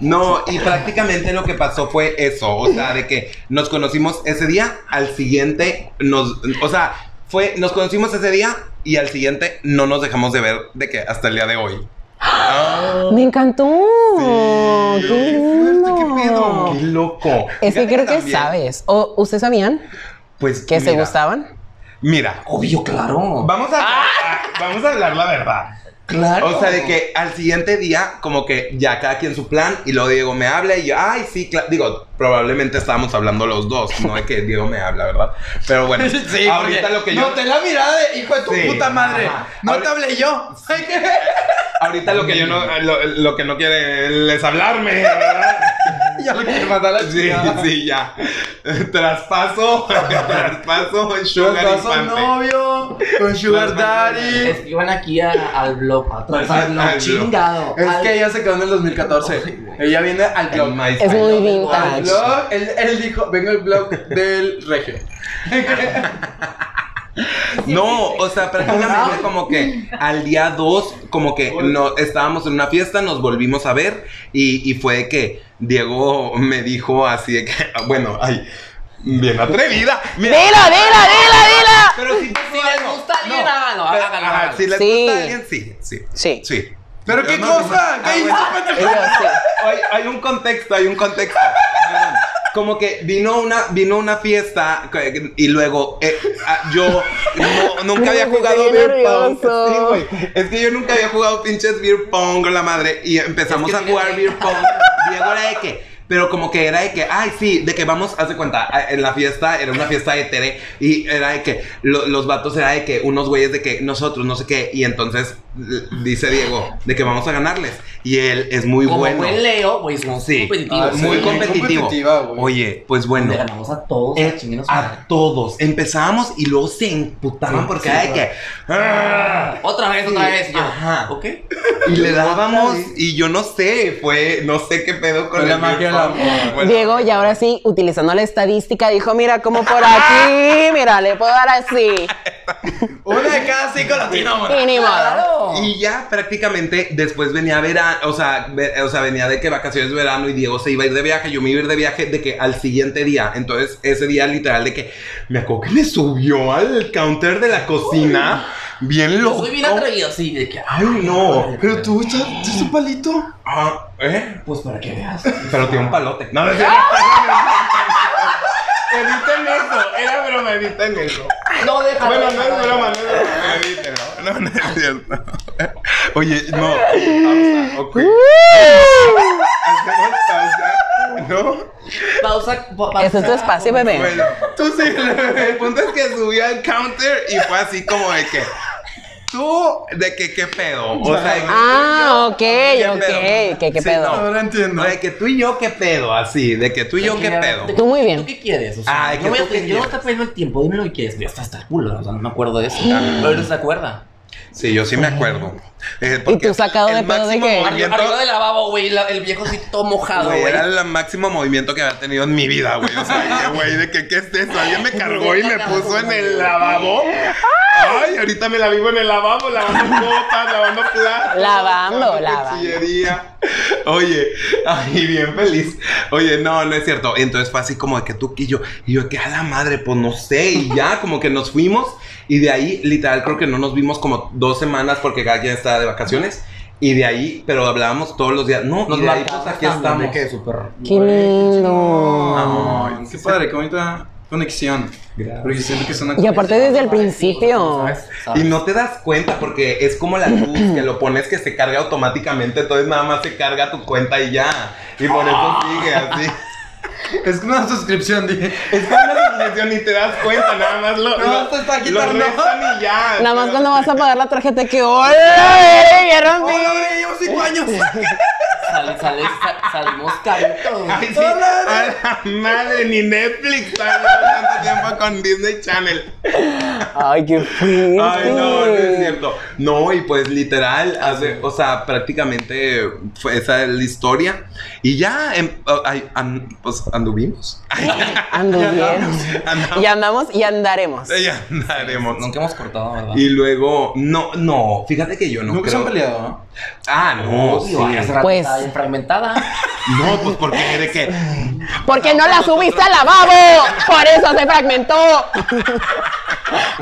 Speaker 3: No, y prácticamente lo que pasó fue eso, o sea, de que nos conocimos ese día, al siguiente nos, o sea, fue, nos conocimos ese día y al siguiente no nos dejamos de ver de que hasta el día de hoy.
Speaker 1: Me encantó.
Speaker 3: Sí.
Speaker 1: Qué
Speaker 3: Qué
Speaker 1: lindo.
Speaker 3: pedo, qué loco.
Speaker 1: Es que
Speaker 3: Fíjate
Speaker 1: creo que
Speaker 3: también,
Speaker 1: sabes. ¿O ustedes sabían
Speaker 3: Pues
Speaker 1: que se
Speaker 3: mira,
Speaker 1: gustaban?
Speaker 3: Mira,
Speaker 4: Obvio, claro.
Speaker 3: vamos a, vamos a hablar la verdad.
Speaker 4: Claro.
Speaker 3: O sea, de que al siguiente día, como que ya cada quien su plan, y luego Diego me habla y yo, ay, sí, claro. Digo, probablemente estábamos hablando los dos, no es que Diego me habla, ¿verdad? Pero bueno,
Speaker 2: Sí,
Speaker 3: ahorita
Speaker 2: porque
Speaker 3: lo que yo.
Speaker 2: Noté la mirada de hijo de tu
Speaker 3: Sí.
Speaker 2: puta madre.
Speaker 3: Ajá.
Speaker 2: No te
Speaker 3: Ahorita-
Speaker 2: hablé yo.
Speaker 3: Ahorita lo que yo no. Lo, lo que no quiere él es hablarme, ¿verdad?
Speaker 2: Ya lo quiero matar a la
Speaker 3: Sí,
Speaker 2: chingada.
Speaker 3: sí, ya. Traspaso, traspaso, sugar
Speaker 2: Traspaso
Speaker 3: infante.
Speaker 2: novio con Sugar Daddy.
Speaker 4: Escriban aquí a- al blog. Atrás al blog.
Speaker 3: Al blog.
Speaker 4: Chingado.
Speaker 2: Es
Speaker 4: Al-
Speaker 2: que ella se quedó en el 2014. Ella viene al
Speaker 3: El
Speaker 2: blog.
Speaker 3: maíz.
Speaker 1: Es muy
Speaker 3: Ah,
Speaker 2: Al
Speaker 1: vintage.
Speaker 2: blog. Él, él dijo, vengo al blog del regio.
Speaker 3: No, o sea, prácticamente como que al día 2, como que no, estábamos en una fiesta, nos volvimos a ver y, y fue que Diego me dijo así de que, ah, bueno, ay, bien atrevida. Mira,
Speaker 1: ¡Dila, dila, dila, dila!
Speaker 3: Pero si,
Speaker 4: Si les gusta a alguien, háganlo, háganlo, háganlo.
Speaker 3: si les
Speaker 1: Sí.
Speaker 3: gusta a alguien, sí, sí,
Speaker 1: Sí.
Speaker 3: sí.
Speaker 2: ¿Pero
Speaker 3: Yo
Speaker 2: qué
Speaker 3: no-
Speaker 2: cosa?
Speaker 3: Ah,
Speaker 2: ¿Qué hizo,
Speaker 3: bueno.
Speaker 2: pendejo?
Speaker 1: Ellos sí.
Speaker 3: hay, hay un contexto, hay un contexto. Perdón. Como que vino una, vino una fiesta que- y luego eh, ah, yo no- nunca había
Speaker 1: Me puse
Speaker 3: jugado
Speaker 1: bien
Speaker 3: beer pong.
Speaker 1: nervioso.
Speaker 3: Sí, güey. es que yo nunca había jugado pinches beer pong, la madre. Y empezamos
Speaker 4: Es que
Speaker 3: a jugar
Speaker 4: tiene-
Speaker 3: beer pong. Diego era de que, pero como que era de que, ay, sí, de que vamos, haz de cuenta, a- en la fiesta, era una fiesta de Tere, y era de que lo- los vatos era de que unos güeyes de que nosotros, no sé qué, y entonces l- dice Diego, de que vamos a ganarles, y él es muy
Speaker 4: Como
Speaker 3: bueno.
Speaker 4: buen Leo, pues somos
Speaker 3: Sí,
Speaker 4: competitivos.
Speaker 2: Ah, sí,
Speaker 3: muy
Speaker 2: muy
Speaker 3: competitivo.
Speaker 2: competitiva, güey.
Speaker 3: Oye, pues bueno.
Speaker 4: Le ganamos a todos.
Speaker 3: Eh,
Speaker 4: a chinguen a su madre.
Speaker 3: a todos. Empezábamos y luego se emputaban
Speaker 2: Sí,
Speaker 3: porque
Speaker 2: sí,
Speaker 3: era de
Speaker 2: claro.
Speaker 3: que. "Ah",
Speaker 4: Otra vez, otra
Speaker 3: Sí,
Speaker 4: vez. y Yo,
Speaker 3: ajá.
Speaker 4: ¿Ok?
Speaker 3: Y le dábamos,
Speaker 2: Otra vez.
Speaker 3: y yo no sé, fue, no sé qué pedo con
Speaker 2: Fue la
Speaker 3: el
Speaker 2: magia del
Speaker 3: uniforme.
Speaker 2: amor.
Speaker 3: Bueno,
Speaker 1: Diego, y ahora sí, utilizando la estadística, dijo, mira, como por aquí, mira, le puedo dar así.
Speaker 2: Una de cada cinco la tiene,
Speaker 1: Y ni modo.
Speaker 3: Y ya prácticamente después venía verano, o sea, ve- o sea, venía de que vacaciones de verano y Diego se iba a ir de viaje, yo me iba a ir de viaje de que al siguiente día. Entonces, ese día literal de que me acuerdo que me subió al counter de la cocina, bien
Speaker 4: Yo
Speaker 3: loco.
Speaker 4: soy bien atrevido, sí. De que,
Speaker 3: Ay, no.
Speaker 2: Pero tú, echaste su palito.
Speaker 3: Ah, ¿eh?
Speaker 4: pues para que veas.
Speaker 3: Pero tiene un palote. Ah. No, no, no. Editen eso. Era broma, editen eso.
Speaker 4: No, déjalo.
Speaker 3: Bueno, no
Speaker 4: déjalo,
Speaker 3: es broma, no es broma. Edítenlo. No, no es cierto. Oye, no. Pausa, ok. Hacemos pausa. No.
Speaker 4: Pausa. pa- pausa.
Speaker 1: Ese es tu espacio, bebé.
Speaker 3: Bueno, tú sí. El punto es que subí al counter y fue así como de que. Tú, de que qué pedo. O sea, de que-
Speaker 1: Ah, ok,
Speaker 3: ¿Qué
Speaker 1: ok.
Speaker 3: pedo?
Speaker 1: ¿Qué, qué
Speaker 3: Sí,
Speaker 1: pedo?
Speaker 2: Ahora entiendo.
Speaker 3: No, de que tú y yo qué pedo, así. De que tú y yo qué
Speaker 4: Mira,
Speaker 3: pedo.
Speaker 4: de-
Speaker 1: Tú muy bien.
Speaker 4: ¿Tú qué quieres? O sea,
Speaker 3: Ah, de
Speaker 4: no
Speaker 3: que
Speaker 4: voy a-
Speaker 3: tú qué
Speaker 4: yo no
Speaker 3: quieres.
Speaker 4: te perdiendo el tiempo. Dime lo que quieres. Ya está hasta el culo. O sea, no me acuerdo de eso. Pero él no se acuerda.
Speaker 3: Sí, yo sí me acuerdo. Eh, porque
Speaker 1: tú sacado
Speaker 3: el
Speaker 1: de pedo de
Speaker 3: máximo
Speaker 1: que-
Speaker 3: movimiento-
Speaker 4: Arriba, arriba del lavabo, güey. la- el viejo sí todo mojado,
Speaker 3: güey,
Speaker 4: güey.
Speaker 3: era el máximo movimiento que había tenido en mi vida, güey. O sea, güey, de que qué es eso. Alguien me cargó y me puso en el lavabo. Ay, ahorita me la vivo en el lavabo, lavando copas, lavando platos.
Speaker 1: Lavando, lavando.
Speaker 3: cuchillería. Oye, ay, bien feliz. Oye, no, no es cierto. Entonces fue así como de que tú y yo, y yo, que a la madre, pues no sé. Y ya, como que nos fuimos. Y de ahí, literal, creo que no nos vimos como dos semanas porque cada quien estaba de vacaciones. Y de ahí, pero hablábamos todos los días. No,
Speaker 4: Nos
Speaker 3: y de ahí,
Speaker 4: marcamos
Speaker 3: pues aquí
Speaker 4: también de
Speaker 3: estamos.
Speaker 4: que súper-
Speaker 1: Qué lindo.
Speaker 2: Ay, qué padre, qué bonita conexión. Porque siento que es una
Speaker 1: Y aparte desde el principio.
Speaker 4: ¿Sabes?
Speaker 3: Y no te das cuenta porque es como la luz que lo pones que se carga automáticamente, entonces nada más se carga tu cuenta y ya. Y por eso sigue así.
Speaker 2: Es como una suscripción, dije.
Speaker 3: Es como una suscripción y te das cuenta, nada más lo,
Speaker 2: Nada
Speaker 3: lo,
Speaker 2: más te está
Speaker 3: lo
Speaker 2: quitando.
Speaker 3: restan y ya.
Speaker 1: Nada más
Speaker 3: Pero-
Speaker 1: cuando vas a pagar la tarjeta que ¡Ole! ¿Vieron?
Speaker 2: Hola, Aurelia, llevo cinco años.
Speaker 4: Sal- sale- sal- salimos caritos.
Speaker 3: Ay, sí, a la madre, ni Netflix salió tanto tiempo con Disney Channel.
Speaker 1: Ay, qué fuerte.
Speaker 3: Ay, no, no es cierto. No, y pues literal, hace, o sea, prácticamente fue esa es la historia. Y ya, em, oh, ay, an- pues anduvimos.
Speaker 1: Anduvieron.
Speaker 3: Andamos.
Speaker 1: Y andamos y andaremos.
Speaker 3: Y andaremos.
Speaker 4: Nunca hemos cortado, ¿verdad?
Speaker 3: Y luego, no, no, fíjate que yo no
Speaker 2: Nunca se han
Speaker 3: creo-
Speaker 2: peleado, ¿no?
Speaker 3: Ah, no, sí.
Speaker 4: Obvio, ay, hace rato
Speaker 1: Pues-
Speaker 4: estaba bien fragmentada.
Speaker 3: No, pues porque de que.
Speaker 1: Porque no la subiste al lavabo. Por eso se fragmentó.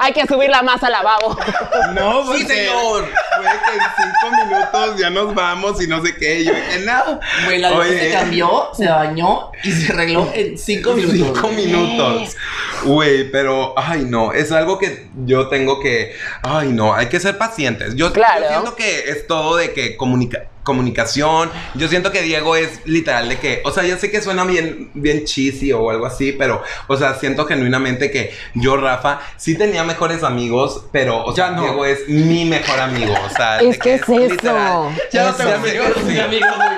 Speaker 1: Hay que subirla más al lavabo.
Speaker 3: No, pues, eh. porque.
Speaker 4: Sí, señor.
Speaker 3: Fue que en cinco minutos ya nos vamos y no sé qué. Yo que no.
Speaker 4: Güey, la
Speaker 3: Oye.
Speaker 4: vieja se cambió, se bañó y se arregló en cinco minutos.
Speaker 3: Cinco minutos. Güey, pero, ay, no, es algo que yo tengo que, ay, no, hay que ser pacientes. Yo, yo
Speaker 1: Claro.
Speaker 3: siento que es todo de que comunica- comunicación, yo siento que Diego es literal de que, o sea, yo sé que suena bien, bien cheesy o algo así, pero, o sea, siento genuinamente que yo, Rafa, sí tenía mejores amigos, pero, o sea,
Speaker 2: Ya no.
Speaker 3: Diego es mi mejor amigo, o sea.
Speaker 1: Es
Speaker 3: de
Speaker 1: que es eso.
Speaker 3: Ya no
Speaker 2: Es
Speaker 3: tengo
Speaker 2: eso.
Speaker 3: amigos.
Speaker 4: Sí, amigos, güey.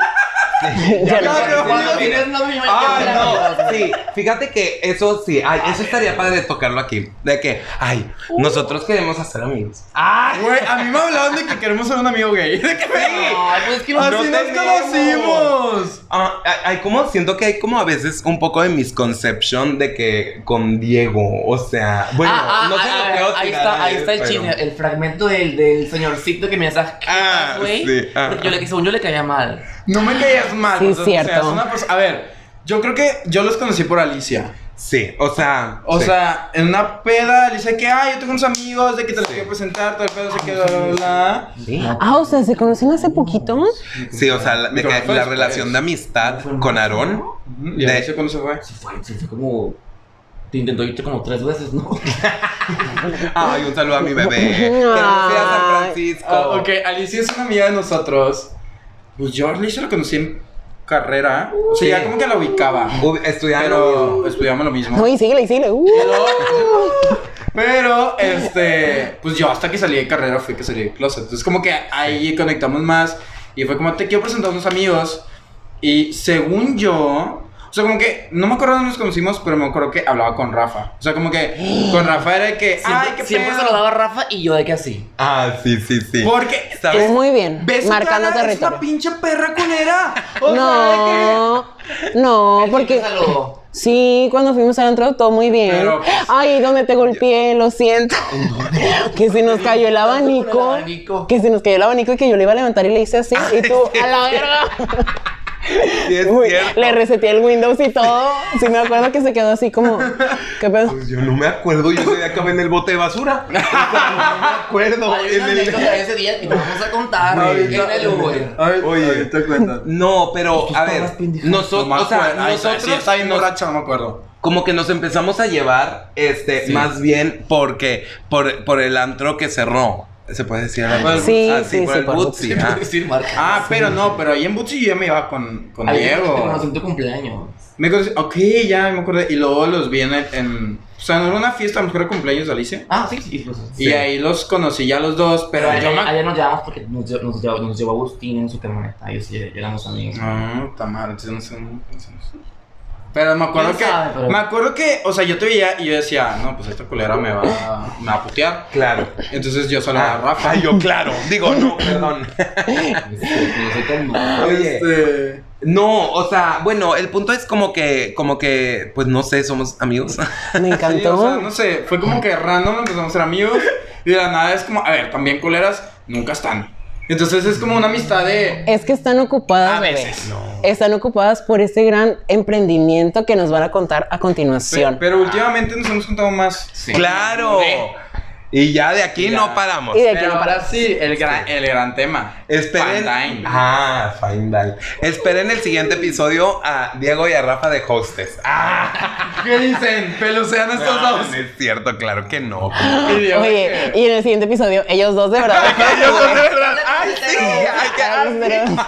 Speaker 1: Ya
Speaker 3: Ah, no,
Speaker 1: no.
Speaker 3: pero
Speaker 4: Cuando
Speaker 3: amigos,
Speaker 4: tienes novio, hay que hablar.
Speaker 3: Ay, Ah, no. Sí, fíjate que eso sí. Ay, eso estaría padre tocarlo aquí. De que, ay, nosotros queremos hacer amigos.
Speaker 2: Ay, güey, a mí me hablaban de que queremos ser un amigo gay. ¿De qué me...
Speaker 4: Ay, pues es que no-
Speaker 2: Así
Speaker 3: no
Speaker 2: nos
Speaker 3: tenemos.
Speaker 2: conocimos.
Speaker 3: Ah, hay- hay como, siento que hay como a veces un poco de misconcepción de que con Diego, o sea, bueno,
Speaker 4: Ah, ah,
Speaker 3: no sé
Speaker 4: ah,
Speaker 3: lo
Speaker 4: ah,
Speaker 3: que os
Speaker 4: ahí
Speaker 3: digan,
Speaker 4: está, ahí
Speaker 3: eh,
Speaker 4: está el
Speaker 3: pero-
Speaker 4: chisme, el fragmento del, del señorcito que me mensaje.
Speaker 3: Ah,
Speaker 4: güey.
Speaker 3: sí, ah.
Speaker 4: Porque yo le, según yo le caía mal.
Speaker 2: No me caías mal.
Speaker 1: Sí,
Speaker 2: o sea,
Speaker 1: cierto.
Speaker 2: o sea, es una perso- a ver, yo creo que yo los conocí por Alicia.
Speaker 3: Sí, o sea.
Speaker 2: ah. O
Speaker 3: sí.
Speaker 2: sea, en una peda, Alicia, que, ay, yo tengo unos amigos, de que te los quiero presentar, todo el pedo,
Speaker 3: Ah,
Speaker 2: se quedó, bla, bla, bla.
Speaker 1: Ah, o sea, ¿se conocen hace poquito?
Speaker 3: Sí, o sea, la- de
Speaker 2: Pero
Speaker 3: que
Speaker 2: fue
Speaker 3: la
Speaker 2: después.
Speaker 3: relación de amistad con Aarón.
Speaker 2: Ujú, ¿Y
Speaker 3: De-
Speaker 2: Alicia cuándo se fue?
Speaker 4: Se pues, fue, se fue como. Te intentó irte como tres veces, ¿no?
Speaker 3: Ay, un saludo a mi bebé. Que no sea San
Speaker 1: Ay.
Speaker 3: Francisco.
Speaker 2: Ah, ok, Alicia es una amiga de nosotros. Pues yo a Alicia lo conocí en carrera. O sea, ya
Speaker 3: Sí.
Speaker 2: como que la ubicaba.
Speaker 3: Ub- Estudiando.
Speaker 2: Pero estudiamos lo mismo.
Speaker 1: Uy, síguele, síguele. uh.
Speaker 2: Pero, este, pues yo hasta que salí de carrera fui que salí de closet. Entonces, como que ahí conectamos más. Y fue como, te quiero presentar a unos amigos. Y según yo, o sea, como que, no me acuerdo dónde nos conocimos, pero me acuerdo que hablaba con Rafa. O sea, como que con Rafa era de que, ay, qué
Speaker 4: Siempre, siempre
Speaker 2: pedo".
Speaker 4: se lo daba Rafa y yo de que así.
Speaker 3: Ah, sí, sí, sí.
Speaker 2: Porque,
Speaker 3: ¿Sabes?
Speaker 2: es-
Speaker 1: Pues Muy bien,
Speaker 2: ¿ves su cara?
Speaker 1: marcando
Speaker 2: Es una
Speaker 1: territorio.
Speaker 2: pinche perra culera. O sea, de que-
Speaker 1: No, no, porque
Speaker 4: Saludó.
Speaker 1: sí, cuando fuimos al antro todo muy bien.
Speaker 2: Pero, pues,
Speaker 1: Ay, donde te golpeé, lo siento. Que se nos cayó el abanico.
Speaker 4: abanico.
Speaker 1: Que se nos cayó el abanico y que yo le iba a levantar y le hice así.
Speaker 2: Ah,
Speaker 1: Y tú, a la verga.
Speaker 3: Sí, es
Speaker 1: Uy,
Speaker 3: cierto.
Speaker 1: le reseteé el Windows y todo. Sí, me acuerdo que se quedó así como, ¿qué pedo?
Speaker 3: Pues yo no me acuerdo, yo soy acabé en el bote de basura. O sea, no me acuerdo.
Speaker 4: Hay una
Speaker 3: En el-
Speaker 4: anécdota de ese día que nos vamos a contar en
Speaker 2: Ahorita-
Speaker 4: el Uber.
Speaker 2: Ahorita-
Speaker 3: Oye.
Speaker 2: ahorita cuento.
Speaker 3: No, pero a ver,
Speaker 2: No me
Speaker 3: nosotros, o sea,
Speaker 2: acuerdo. Ay, sí,
Speaker 3: nosotros
Speaker 2: está bien
Speaker 3: nos-
Speaker 2: borracha, no me acuerdo.
Speaker 3: como que nos empezamos a llevar, este,
Speaker 2: Sí.
Speaker 3: más bien porque por, por el antro que cerró. ¿Se puede decir? el antro?
Speaker 1: Sí,
Speaker 3: Ah, sí,
Speaker 1: sí,
Speaker 3: por
Speaker 1: sí,
Speaker 3: el
Speaker 1: por
Speaker 3: Bootsy.
Speaker 4: Puedo
Speaker 3: ah.
Speaker 4: decir marca.
Speaker 2: Ah, pero no, pero ahí en Butsi yo ya me iba con, con
Speaker 4: Ahí Te conocí
Speaker 2: Diego.
Speaker 4: en tu cumpleaños.
Speaker 2: Me conocí, ok, ya me acuerdo. Y luego los vi en, el- en- o sea, no era una fiesta, a lo mejor era cumpleaños de Alicia.
Speaker 4: Ah, sí, sí, incluso.
Speaker 2: Y ahí los conocí ya los dos, pero
Speaker 4: ayer,
Speaker 2: yo me...
Speaker 4: ayer nos llevamos porque nos, lle- nos, llevó, nos llevó Agustín en su camioneta. Ellos sí, éramos amigos.
Speaker 2: No, está mal, entonces no sé, no sé. Pero me acuerdo
Speaker 4: ¿Quién
Speaker 2: que,
Speaker 4: sabe, pero-
Speaker 2: me acuerdo que, o sea, yo te veía y yo decía, no, pues esta culera me va, me va a putear.
Speaker 3: Claro.
Speaker 2: Entonces yo
Speaker 3: Ah.
Speaker 2: solo a Ah, Rafa.
Speaker 3: Ay, yo, claro. Digo, no, perdón.
Speaker 4: Sí, no sé qué más.
Speaker 3: Oye.
Speaker 2: Este,
Speaker 3: No, o sea, bueno, el punto es como que, como que, pues no sé, somos amigos.
Speaker 1: Me
Speaker 2: Sí, o sea,
Speaker 1: encantó.
Speaker 2: no sé, fue como que random, empezamos a ser amigos y de la nada es como, a ver, también culeras nunca están. Entonces es como una amistad de...
Speaker 1: Es que están ocupadas,
Speaker 2: A
Speaker 1: bebé.
Speaker 2: veces,
Speaker 1: Están ocupadas por este gran emprendimiento que nos van a contar a
Speaker 2: Pero,
Speaker 1: continuación.
Speaker 2: pero últimamente nos hemos juntado más.
Speaker 4: Sí.
Speaker 3: Claro. Y ya de aquí
Speaker 2: Ya.
Speaker 3: no paramos.
Speaker 1: Y de aquí
Speaker 2: Pero
Speaker 1: no
Speaker 2: ahora
Speaker 1: para.
Speaker 2: sí, el gran, el gran tema.
Speaker 3: Esperen.
Speaker 2: Fine Dine.
Speaker 3: Ah, fine dine. Esperen el siguiente episodio a Diego y a Rafa de hostes. Ah,
Speaker 2: ¿Qué dicen? Pelucean estos
Speaker 3: no,
Speaker 2: dos.
Speaker 3: no es cierto, claro que no.
Speaker 2: Y yo,
Speaker 1: Oye, y en el siguiente episodio, ellos dos de verdad.
Speaker 3: Ellos son de verdad. Ay, sí, ay, qué asco.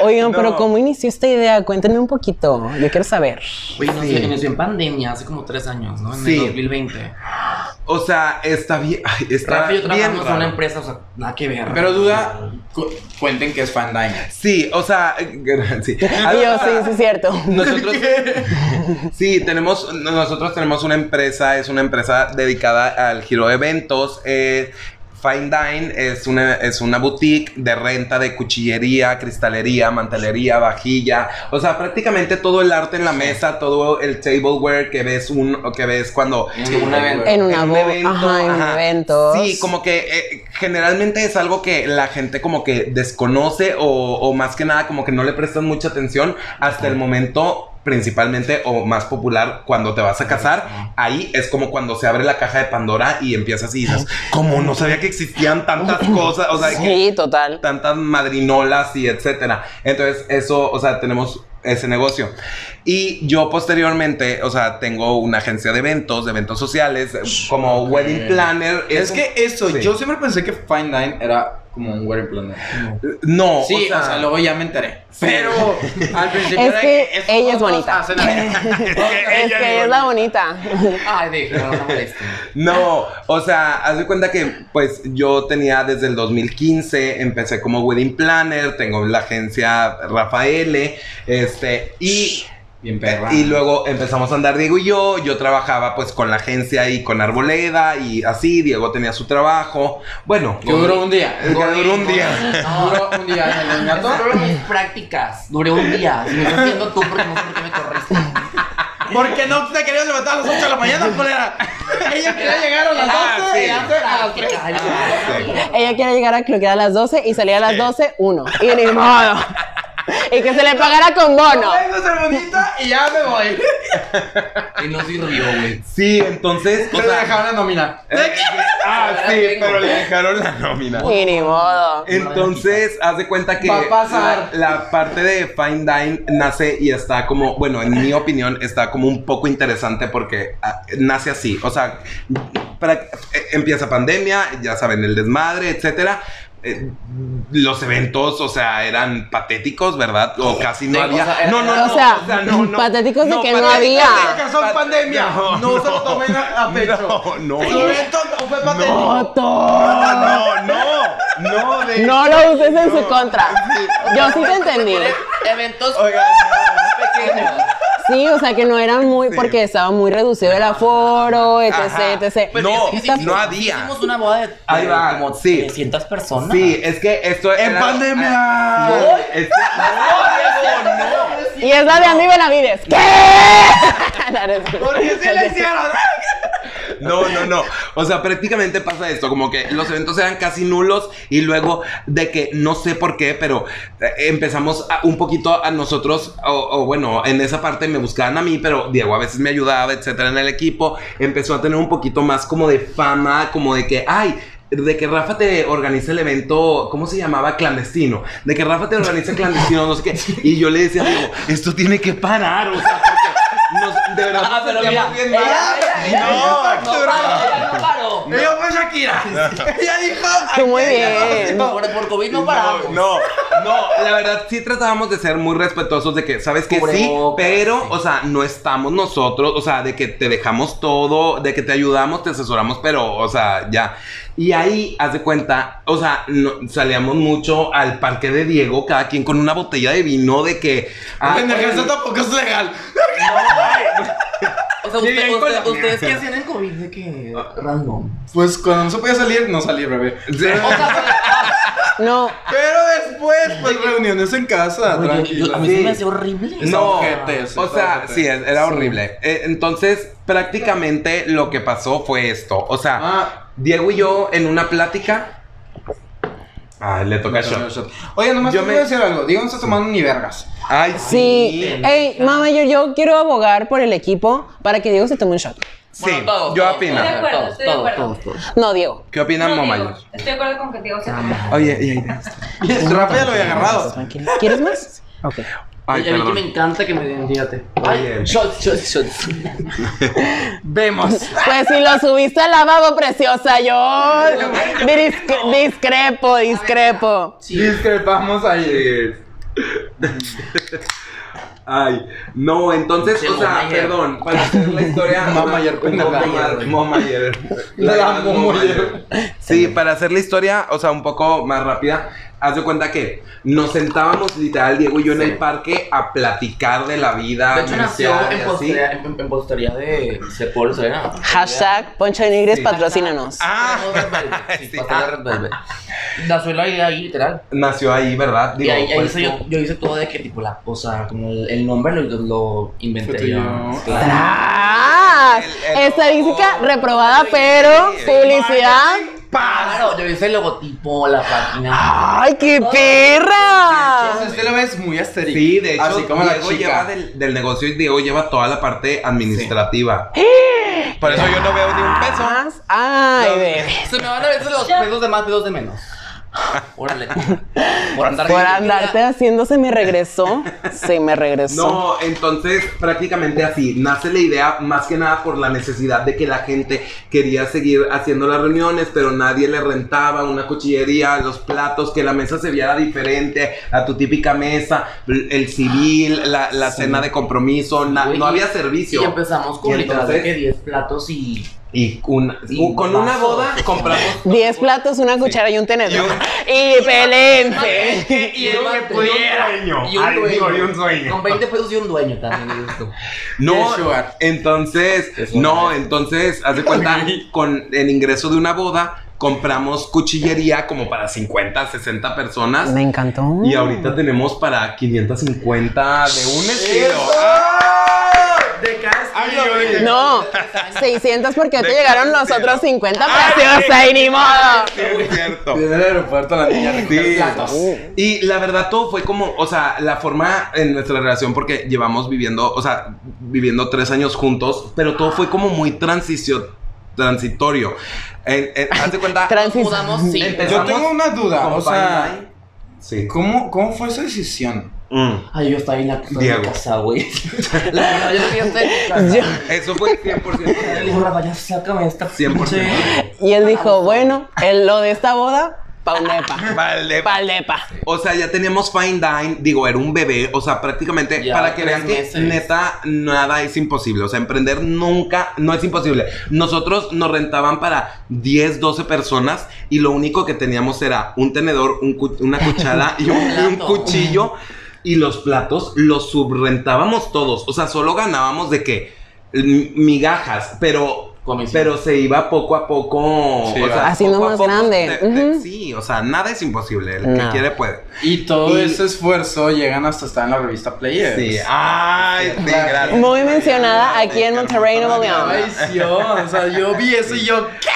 Speaker 1: Oigan,
Speaker 3: No.
Speaker 1: pero ¿cómo inició esta idea? Cuéntenme un poquito. Yo quiero saber.
Speaker 4: Oye, nos
Speaker 3: Sí.
Speaker 4: inició en pandemia hace como tres años, ¿no? En
Speaker 3: Sí.
Speaker 4: el 2020.
Speaker 3: O sea, está bien. ay, Está
Speaker 4: Rafa y
Speaker 3: bien.
Speaker 4: yo trabajamos en una
Speaker 3: raro.
Speaker 4: empresa, o sea, nada que ver.
Speaker 2: Pero duda, cu- cuenten que es Fine Dine.
Speaker 3: Sí, o sea, sí.
Speaker 1: Y yo, sí, sí, es cierto.
Speaker 3: Nosotros Sí, tenemos nosotros tenemos una empresa, es una empresa dedicada al giro de eventos. eh, Fine Dine es una, es una boutique de renta de cuchillería, cristalería, mantelería, vajilla. O sea, prácticamente todo el arte en la mesa, todo el tableware que ves, un, que ves cuando
Speaker 4: En un evento.
Speaker 1: En una
Speaker 3: un
Speaker 1: boda, ajá, en un evento.
Speaker 3: Sí, como que eh, generalmente es algo que la gente como que desconoce o, o más que nada como que no le prestan mucha atención hasta el momento principalmente o más popular cuando te vas a casar. Ahí es como cuando se abre la caja de Pandora y empiezas y dices, como no sabía que existían tantas cosas, o sea, que
Speaker 1: Sí, total.
Speaker 3: tantas madrinolas y etcétera. Entonces, eso, o sea, tenemos ese negocio. Y yo posteriormente, o sea, tengo una agencia de eventos, de eventos sociales, eh, como wedding planner.
Speaker 2: Es que eso,
Speaker 3: Sí.
Speaker 2: yo siempre pensé que Fine Dine era como un wedding planner.
Speaker 3: No,
Speaker 2: Sí, o sea, luego ya me enteré. Pero al principio
Speaker 1: Es
Speaker 2: era
Speaker 1: que
Speaker 2: estos
Speaker 1: ella es
Speaker 2: dos
Speaker 1: bonita.
Speaker 2: hacen la-
Speaker 1: Es que es la bonita.
Speaker 4: Ay, déjalo, no me molesten.
Speaker 3: No, o sea, haz de cuenta que pues yo tenía desde el 2015, empecé como wedding planner, tengo la agencia Rafael, este, y
Speaker 2: Bien perra.
Speaker 3: Y luego empezamos a andar Diego y yo. Yo trabajaba pues con la agencia y con Arboleda y así. Diego tenía su trabajo. Bueno,
Speaker 2: Que duró un día.
Speaker 3: que duró un día.
Speaker 4: No,
Speaker 2: Duró un día en el
Speaker 4: Eso
Speaker 2: ornato.
Speaker 4: fueron mis prácticas. Duré un día. Si me estás viendo tú porque no sé por qué me corriste.
Speaker 2: ¿Por qué no te querías levantar a las 8 de la mañana, culera? Ella quería llegar a
Speaker 3: Ah,
Speaker 2: las 12
Speaker 3: sí. Ah,
Speaker 2: y hace a las 3.
Speaker 1: Ella quiere llegar a cloquear a las 12 y salir a las 12, uno. Y ni modo. Y que se le pagara con bono.
Speaker 2: Eso es bonita y ya me voy.
Speaker 4: Y no sirvió, güey.
Speaker 3: Sí, entonces. o
Speaker 2: Pero
Speaker 3: sea,
Speaker 2: dejaron la nómina.
Speaker 3: ah, sí, pero le dejaron la nómina.
Speaker 1: Y ni modo.
Speaker 3: Entonces, haz de cuenta que
Speaker 2: Va a pasar.
Speaker 3: La, la parte de Fine Dine nace y está como, bueno, en mi opinión, está como un poco interesante porque ah, nace así. O sea, para- eh, empieza pandemia, ya saben, el desmadre, etcétera. eh, los eventos, o sea, eran patéticos, ¿verdad? O casi no
Speaker 4: Sí, o
Speaker 3: había.
Speaker 4: sea,
Speaker 3: no, no,
Speaker 1: o
Speaker 3: no,
Speaker 1: sea, patéticos de que no había.
Speaker 2: Patéticos son pandemia. No se lo tomen a- a pecho.
Speaker 3: No, no.
Speaker 2: Su evento no fue patético.
Speaker 1: ¡Joto!
Speaker 3: No, no, no, de-
Speaker 1: No lo uses en su contra. Yo sí te entendí.
Speaker 4: Eventos
Speaker 2: Oigan,
Speaker 4: pequeños.
Speaker 1: Sí, o sea que no eran muy,
Speaker 3: Sí.
Speaker 1: porque estaba muy reducido el aforo, etc, etc.
Speaker 3: Pues No,
Speaker 1: Está-
Speaker 3: no había.
Speaker 4: Hicimos una boda de
Speaker 3: Ahí va,
Speaker 4: como
Speaker 3: sí.
Speaker 4: 300 personas.
Speaker 3: Sí, es que esto
Speaker 2: En
Speaker 3: era-
Speaker 2: pandemia.
Speaker 3: Ah, no, es que- no, Diego, no.
Speaker 1: Y es la de Andy Benavides. ¿Qué? No, no es-
Speaker 2: ¿Por qué se le hicieron?
Speaker 3: No, no, no. O sea, prácticamente pasa esto, como que los eventos eran casi nulos y luego de que no sé por qué, pero eh, empezamos a- un poquito a nosotros, o, o bueno, en esa parte me buscaban a mí, pero Diego a veces me ayudaba, etcétera, en el equipo. Empezó a tener un poquito más como de fama, como de que, ay. De que Rafa te organiza el evento, ¿cómo se llamaba? Clandestino. De que Rafa te organiza clandestino, no sé qué. Y yo le decía, Diego, esto tiene que parar, o sea, porque nos- de verdad.
Speaker 4: Ah,
Speaker 3: nos
Speaker 4: pero
Speaker 3: sentíamos
Speaker 4: mira.
Speaker 3: bien
Speaker 4: ella-
Speaker 3: mal.
Speaker 4: ella-
Speaker 3: No,
Speaker 4: ella No, paró, ella no paró.
Speaker 2: Ella fue Shakira. Ella dijo.
Speaker 1: Tú muy
Speaker 2: "Ay,
Speaker 1: bien.
Speaker 4: Por, por COVID no paramos.
Speaker 3: No, no, la verdad sí tratábamos de ser muy respetuosos de que, ¿sabes que Sí,
Speaker 4: Cubrebocas,
Speaker 3: pero,
Speaker 4: sí.
Speaker 3: o sea, no estamos nosotros, o sea, de que te dejamos todo, de que te ayudamos, te asesoramos, pero, o sea, ya. Y ahí, haz de cuenta, o sea, no- salíamos mucho al parque de Diego, cada quien con una botella de vino de que... ah,
Speaker 2: En el ejército tampoco es legal.
Speaker 4: O sea,
Speaker 3: Sí,
Speaker 4: usted-
Speaker 3: bien
Speaker 4: usted-
Speaker 3: con la- Ah,
Speaker 4: ustedes qué hacían en COVID de que random.
Speaker 2: Pues cuando no se podía salir, no salí, bebé.
Speaker 3: sí.
Speaker 1: No,
Speaker 2: Pero después, pues reuniones en casa,
Speaker 4: Oye, yo-
Speaker 2: tranquila.
Speaker 4: a mí se me hace horrible.
Speaker 3: No,
Speaker 2: ojetes,
Speaker 3: o sea,
Speaker 2: ojetes.
Speaker 3: sí, era horrible. Eh, entonces, prácticamente lo que pasó fue esto. O sea,
Speaker 2: Ah.
Speaker 3: Diego y yo en una plática. Ah, le toca shot.
Speaker 2: Oye, nomás
Speaker 3: Yo
Speaker 2: te
Speaker 3: me-
Speaker 2: quiero decir algo. Digo, no estás tomando ni vergas.
Speaker 3: Ay,
Speaker 1: sí. Ey, mamá, yo, yo quiero abogar por el equipo para que Diego se tome un shot.
Speaker 3: Sí, yo opino.
Speaker 6: Estoy de acuerdo, estoy de acuerdo.
Speaker 1: No, Diego.
Speaker 3: ¿Qué opinan,
Speaker 6: No,
Speaker 3: mamá?
Speaker 6: Diego, Estoy de acuerdo con que Diego se tome.
Speaker 3: Oye, y ahí está.
Speaker 2: Rápido lo había agarrado.
Speaker 1: Tranquila. ¿Quieres más? Ok.
Speaker 3: Ay,
Speaker 4: Oye, a mí que
Speaker 3: perdón.
Speaker 4: me encanta que me den, fíjate.
Speaker 3: Oye.
Speaker 4: Ay, shot, shot, shot.
Speaker 2: Vemos.
Speaker 1: Pues si lo subiste al lavabo, preciosa, yo dis- discrepo, discrepo.
Speaker 2: Discrepamos ahí.
Speaker 3: Ay, no, entonces,
Speaker 4: Sí,
Speaker 3: o sea,
Speaker 4: Momayer.
Speaker 3: perdón, para hacer la historia.
Speaker 2: Momayer, pendeja.
Speaker 3: Momayer. Momayer.
Speaker 2: La
Speaker 3: gran
Speaker 2: Momayer.
Speaker 3: Sí, para hacer la historia, o sea, un poco más rápida, haz de cuenta que nos sentábamos literal, Diego y yo, en el parque a platicar de la vida.
Speaker 4: De hecho, nació
Speaker 3: comercial y
Speaker 4: en
Speaker 3: así.
Speaker 4: postería, en, en- en postería de Sepol Serena.
Speaker 1: Hashtag Poncho de Nigris,
Speaker 3: Sí.
Speaker 1: patrocínanos.
Speaker 3: Ah.
Speaker 4: Red Velvet, sí,
Speaker 3: Sí. Ah.
Speaker 4: postería Red Velvet. Nació la idea ahí, literal.
Speaker 3: Nació ahí, ¿verdad?
Speaker 4: y ahí, ahí
Speaker 3: pues,
Speaker 4: hice yo, yo hice todo de que, tipo, la, o sea, como el, el nombre lo, lo- lo
Speaker 2: Fue
Speaker 4: inventé
Speaker 2: tuyo.
Speaker 4: yo.
Speaker 1: ¡Tras!
Speaker 3: Ah. El- el-
Speaker 1: Estadística
Speaker 3: oh.
Speaker 1: reprobada, pero
Speaker 3: Sí.
Speaker 1: publicidad.
Speaker 4: Claro, yo hice el logotipo, la página.
Speaker 3: Ah.
Speaker 1: ¡Ay, qué
Speaker 3: Oh.
Speaker 2: Entonces,
Speaker 1: perra!
Speaker 2: usted lo ves muy asterisco.
Speaker 3: Sí, de hecho,
Speaker 2: Así como la
Speaker 3: Diego lleva
Speaker 2: chica.
Speaker 3: del, del negocio y Diego lleva toda la parte administrativa. Por eso yo no veo ni un peso.
Speaker 1: Más. Ay, bebé.
Speaker 4: Se me van a veces los pesos de más, pesos de menos. Órale. Por andar
Speaker 1: Por
Speaker 4: bien.
Speaker 1: andarte haciendo se me regresó. Se me regresó.
Speaker 3: No, entonces prácticamente así nace la idea más que nada por la necesidad de que la gente quería seguir haciendo las reuniones, pero nadie le rentaba una cuchillería, los platos, que la mesa se viera diferente a tu típica mesa, el civil, la, la cena de compromiso, na-
Speaker 4: Güey,
Speaker 3: no
Speaker 4: y-
Speaker 3: había servicio.
Speaker 4: Y empezamos con
Speaker 3: Y
Speaker 4: literal de
Speaker 3: entonces-
Speaker 4: que 10 platos y.
Speaker 3: Y, una-
Speaker 4: Y
Speaker 3: u- con una
Speaker 4: vaso.
Speaker 3: boda compramos...
Speaker 1: 10 platos, una cuchara y un tenedor. Y pelente.
Speaker 4: Y un
Speaker 3: que pudiera.
Speaker 4: dueño. Y un
Speaker 3: Ay,
Speaker 4: dueño.
Speaker 3: digo, y un dueño.
Speaker 4: Con 20 pesos y un dueño también. dices tú.
Speaker 3: No,
Speaker 2: Yes, you are.
Speaker 3: entonces, no, entonces, haz de cuenta, con el ingreso de una boda, compramos cuchillería como para 50, 60 personas.
Speaker 1: Me encantó.
Speaker 3: Y ahorita tenemos para 550 de un estilo.
Speaker 2: ¡Eso! ¡Ah!
Speaker 4: De casa.
Speaker 2: Ay, yo dije-
Speaker 1: No, 600 porque te
Speaker 3: De
Speaker 1: llegaron los
Speaker 3: cárcel.
Speaker 1: otros 50
Speaker 2: Ah,
Speaker 1: preciosa y ni modo.
Speaker 3: Sí, es cierto.
Speaker 2: Viene del aeropuerto la niña recoge
Speaker 3: Sí.
Speaker 2: platos.
Speaker 3: Y la verdad todo fue como, o sea, la forma en nuestra relación porque llevamos viviendo, o sea, viviendo tres años juntos, pero todo fue como muy transicio- transitorio. En, en- haz de cuenta,
Speaker 1: Transis-
Speaker 4: Mudamos, sí.
Speaker 2: Yo
Speaker 3: Empezamos
Speaker 2: tengo una duda. O
Speaker 3: con
Speaker 2: sea,
Speaker 3: Fine Line. sí.
Speaker 2: ¿cómo, ¿cómo fue esa decisión?
Speaker 3: Mm.
Speaker 4: Ay, yo estaba en la estaba en
Speaker 3: Diego.
Speaker 4: la casa, güey. La verdad, yo quería
Speaker 1: Yo-
Speaker 4: estar.
Speaker 3: Eso fue 100%.
Speaker 4: Dijo Rafa, ya sácame esta
Speaker 3: 100%.
Speaker 4: pinche-
Speaker 1: Y él dijo, bueno, el- lo de esta boda Pa' un depa.
Speaker 3: Pa'l depa.
Speaker 1: Pa'l depa.
Speaker 3: O sea, ya teníamos fine dine, digo, era un bebé, o sea, prácticamente
Speaker 4: Ya,
Speaker 3: para que
Speaker 4: tres
Speaker 3: vean que
Speaker 4: meses.
Speaker 3: neta nada es imposible, o sea, emprender nunca no es imposible. Nosotros nos rentaban para 10, 12 personas y lo único que teníamos era un tenedor, un cu- una cuchara y un, y un
Speaker 4: Plato.
Speaker 3: cuchillo y los platos los subrentábamos todos, o sea, solo ganábamos de que mm, migajas, pero
Speaker 4: Comisión.
Speaker 3: pero se iba poco a poco
Speaker 2: Sí,
Speaker 3: o sea,
Speaker 1: haciendo
Speaker 3: poco a
Speaker 1: más
Speaker 3: poco,
Speaker 1: grande.
Speaker 3: de- de-
Speaker 1: Ujú.
Speaker 3: Sí, o sea, nada es imposible. El que
Speaker 1: Nada.
Speaker 3: quiere puede.
Speaker 2: Y todo
Speaker 3: Y-
Speaker 2: ese esfuerzo llegan hasta estar en la revista Players. Ah,
Speaker 3: Sí, ay, sí, gracias.
Speaker 1: Muy mencionada aquí
Speaker 3: Qué
Speaker 1: en Monterrey,
Speaker 3: hermosa
Speaker 1: Nuevo León.
Speaker 2: Ay,
Speaker 3: Mariana.
Speaker 2: sí, oh, o sea, yo vi eso y yo, ¿qué?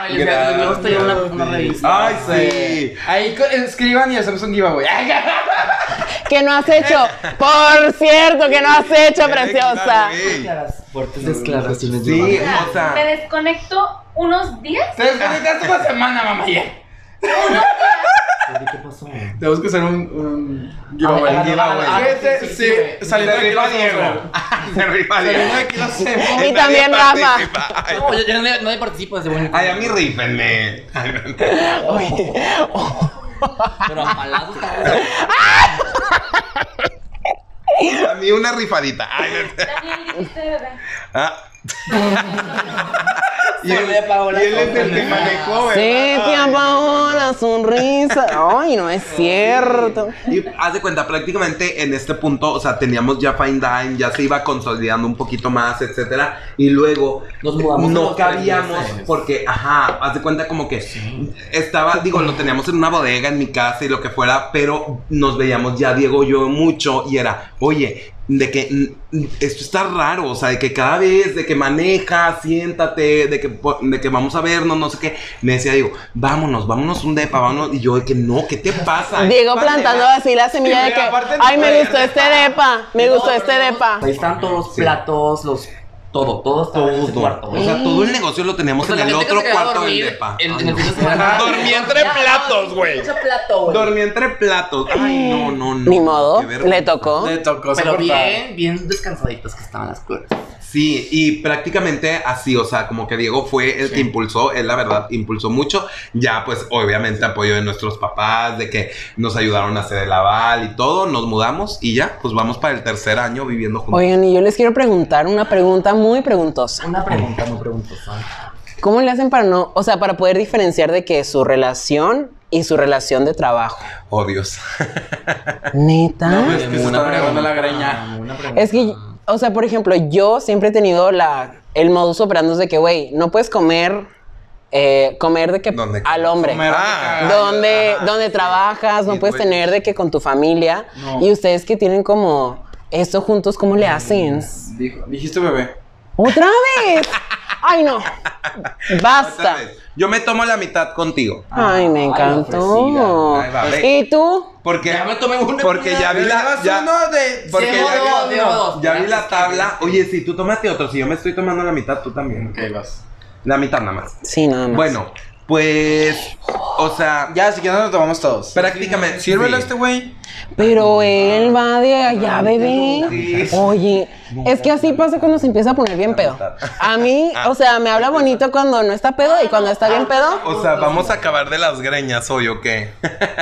Speaker 4: Ay, o sea, me gustaría una, una revista.
Speaker 3: Ay, sí.
Speaker 2: Ahí co- escriban y hacemos un giveaway.
Speaker 1: ¿Qué no has hecho? Por cierto, que no has hecho,
Speaker 3: Qué
Speaker 1: preciosa.
Speaker 2: ¿eh?
Speaker 3: linda, güey.
Speaker 4: Claras, fuertes declaraciones.
Speaker 3: Sí,
Speaker 6: Mira,
Speaker 3: o sea,
Speaker 6: me desconecto unos días.
Speaker 2: Te desconectaste una semana, mamá, ya.
Speaker 4: Jordi, ¿Qué pasó?
Speaker 2: Tenemos que hacer un, un giveaway.
Speaker 4: Ah, ah,
Speaker 2: Fíjate,
Speaker 4: sí, sí,
Speaker 2: sí,
Speaker 4: sí.
Speaker 2: saliendo de aquí lo
Speaker 3: Derriba
Speaker 2: hacemos.
Speaker 3: Diego. Derriba
Speaker 2: Saliendo de
Speaker 3: Diego.
Speaker 2: aquí lo hacemos.
Speaker 1: Y también
Speaker 3: Nadie
Speaker 1: Rafa.
Speaker 3: participa. Ay,
Speaker 4: No, yo, yo no, no participo desde bueno.
Speaker 3: Ay, a mí rífenme. Ay,
Speaker 4: Pero a palazos, cabrón.
Speaker 3: A mí una rifadita. Ay, no-
Speaker 6: Daniel, dijiste de bebé.
Speaker 3: Ah.
Speaker 4: Y él,
Speaker 3: Y él es el que manejó, ¿verdad?
Speaker 1: Sí, tía Paola, sonrisa. Ay, no es cierto.
Speaker 3: Y haz de cuenta, prácticamente en este punto, o sea, teníamos ya Fine Dine, ya se iba consolidando un poquito más, etcétera. Y luego
Speaker 4: Nos mudamos a
Speaker 3: no
Speaker 4: los tres
Speaker 3: cabíamos
Speaker 4: meses.
Speaker 3: porque, ajá, haz de cuenta como que estaba, digo, lo teníamos en una bodega, en mi casa y lo que fuera, pero nos veíamos ya Diego y yo mucho y era, oye, de que mm, mm, esto está raro, o sea, de que cada vez, de que maneja, siéntate, de que, po- de que vamos a vernos, no sé qué. Me decía Diego, vámonos, vámonos un depa, vámonos. Y yo, de que no, ¿qué te pasa?
Speaker 1: Diego
Speaker 3: Esta
Speaker 1: plantando
Speaker 3: nena-
Speaker 1: así la semilla
Speaker 2: Sí,
Speaker 1: de que,
Speaker 2: aparte no
Speaker 1: ay, me
Speaker 2: puede.
Speaker 1: gustó este depa, me gustó este depa.
Speaker 4: Ahí están todos los
Speaker 3: Sí.
Speaker 4: platos, los. Todo, todo está en ese
Speaker 3: Todo.
Speaker 4: cuarto.
Speaker 3: O sea, todo el negocio lo teníamos
Speaker 4: sea, la
Speaker 3: en el
Speaker 4: gente que
Speaker 3: otro
Speaker 4: se quedaba a
Speaker 3: cuarto del
Speaker 4: dormir
Speaker 3: depa.
Speaker 4: en-
Speaker 3: Ay,
Speaker 4: en el
Speaker 3: no.
Speaker 4: fin de semana.
Speaker 3: Dormí entre platos, güey.
Speaker 4: Mucho plato, güey.
Speaker 3: Dormí entre platos. Ay, no, no, no.
Speaker 1: Ni modo,
Speaker 3: Qué vergüenza.
Speaker 1: le tocó.
Speaker 2: Le tocó
Speaker 4: Pero
Speaker 2: soportar.
Speaker 4: bien, bien descansaditas que estaban las cuerdas.
Speaker 3: Sí, y prácticamente así, o sea, como que Diego fue el que impulsó, él la verdad impulsó mucho. Ya, pues, obviamente, apoyo de nuestros papás, de que nos ayudaron a hacer el aval y todo. Nos mudamos y ya, pues vamos para el tercer año viviendo juntos.
Speaker 1: Oigan, y yo les quiero preguntar una pregunta muy preguntosa.
Speaker 4: Una pregunta muy preguntosa.
Speaker 1: ¿Cómo le hacen para no, o sea, para poder diferenciar de que su relación y su relación de trabajo?
Speaker 3: Oh, Dios.
Speaker 1: Neta.
Speaker 3: pues,
Speaker 2: No, Es que se está grabando la greña.
Speaker 4: Ah, Una pregunta.
Speaker 1: Es que, o sea, por ejemplo, yo siempre he tenido la, el modus operandi de que, güey, no puedes comer, eh, comer de que
Speaker 3: ¿Dónde?
Speaker 1: al hombre.
Speaker 2: Comer.
Speaker 3: Ah,
Speaker 1: donde,
Speaker 3: ajá,
Speaker 1: donde
Speaker 3: sí.
Speaker 1: trabajas, no
Speaker 3: Sí,
Speaker 1: puedes
Speaker 3: güey.
Speaker 1: tener de que con tu familia.
Speaker 2: No.
Speaker 1: Y ustedes que tienen como esto juntos, ¿cómo le hacen?
Speaker 3: Mm.
Speaker 2: Dijo- dijiste bebé.
Speaker 1: ¡Otra vez! ¡Ay, no! ¡Basta!
Speaker 3: ¿Sabes? Yo me tomo la mitad contigo.
Speaker 1: ¡Ay, me
Speaker 4: Ay,
Speaker 1: encantó!
Speaker 4: ofrecida.
Speaker 3: Ahí va, ve.
Speaker 1: ¿Y tú?
Speaker 3: Porque
Speaker 4: Ya me tomé una.
Speaker 3: Porque ya vi la.
Speaker 2: Llevas
Speaker 3: Ya,
Speaker 2: uno de-
Speaker 3: porque
Speaker 2: Llevo
Speaker 3: ya vi la-
Speaker 2: dos, llevo
Speaker 4: dos.
Speaker 3: ya vi la tabla. Oye, si tú tomaste otro, si yo me estoy tomando la mitad, tú también.
Speaker 2: Ok, vas.
Speaker 3: La mitad nada más.
Speaker 1: Sí, nada más.
Speaker 3: Bueno, pues. O sea,
Speaker 2: Ya, si quieres nos lo tomamos todos.
Speaker 3: prácticamente.
Speaker 2: Sírvelo a
Speaker 3: sí.
Speaker 2: este güey.
Speaker 1: Pero él va de allá, bebé.
Speaker 3: sí.
Speaker 1: Oye, es que así pasa cuando se empieza a poner bien pedo. A mí, o sea, me habla bonito cuando no está pedo y cuando está bien pedo.
Speaker 3: O sea, vamos a acabar de las greñas hoy, ¿o qué?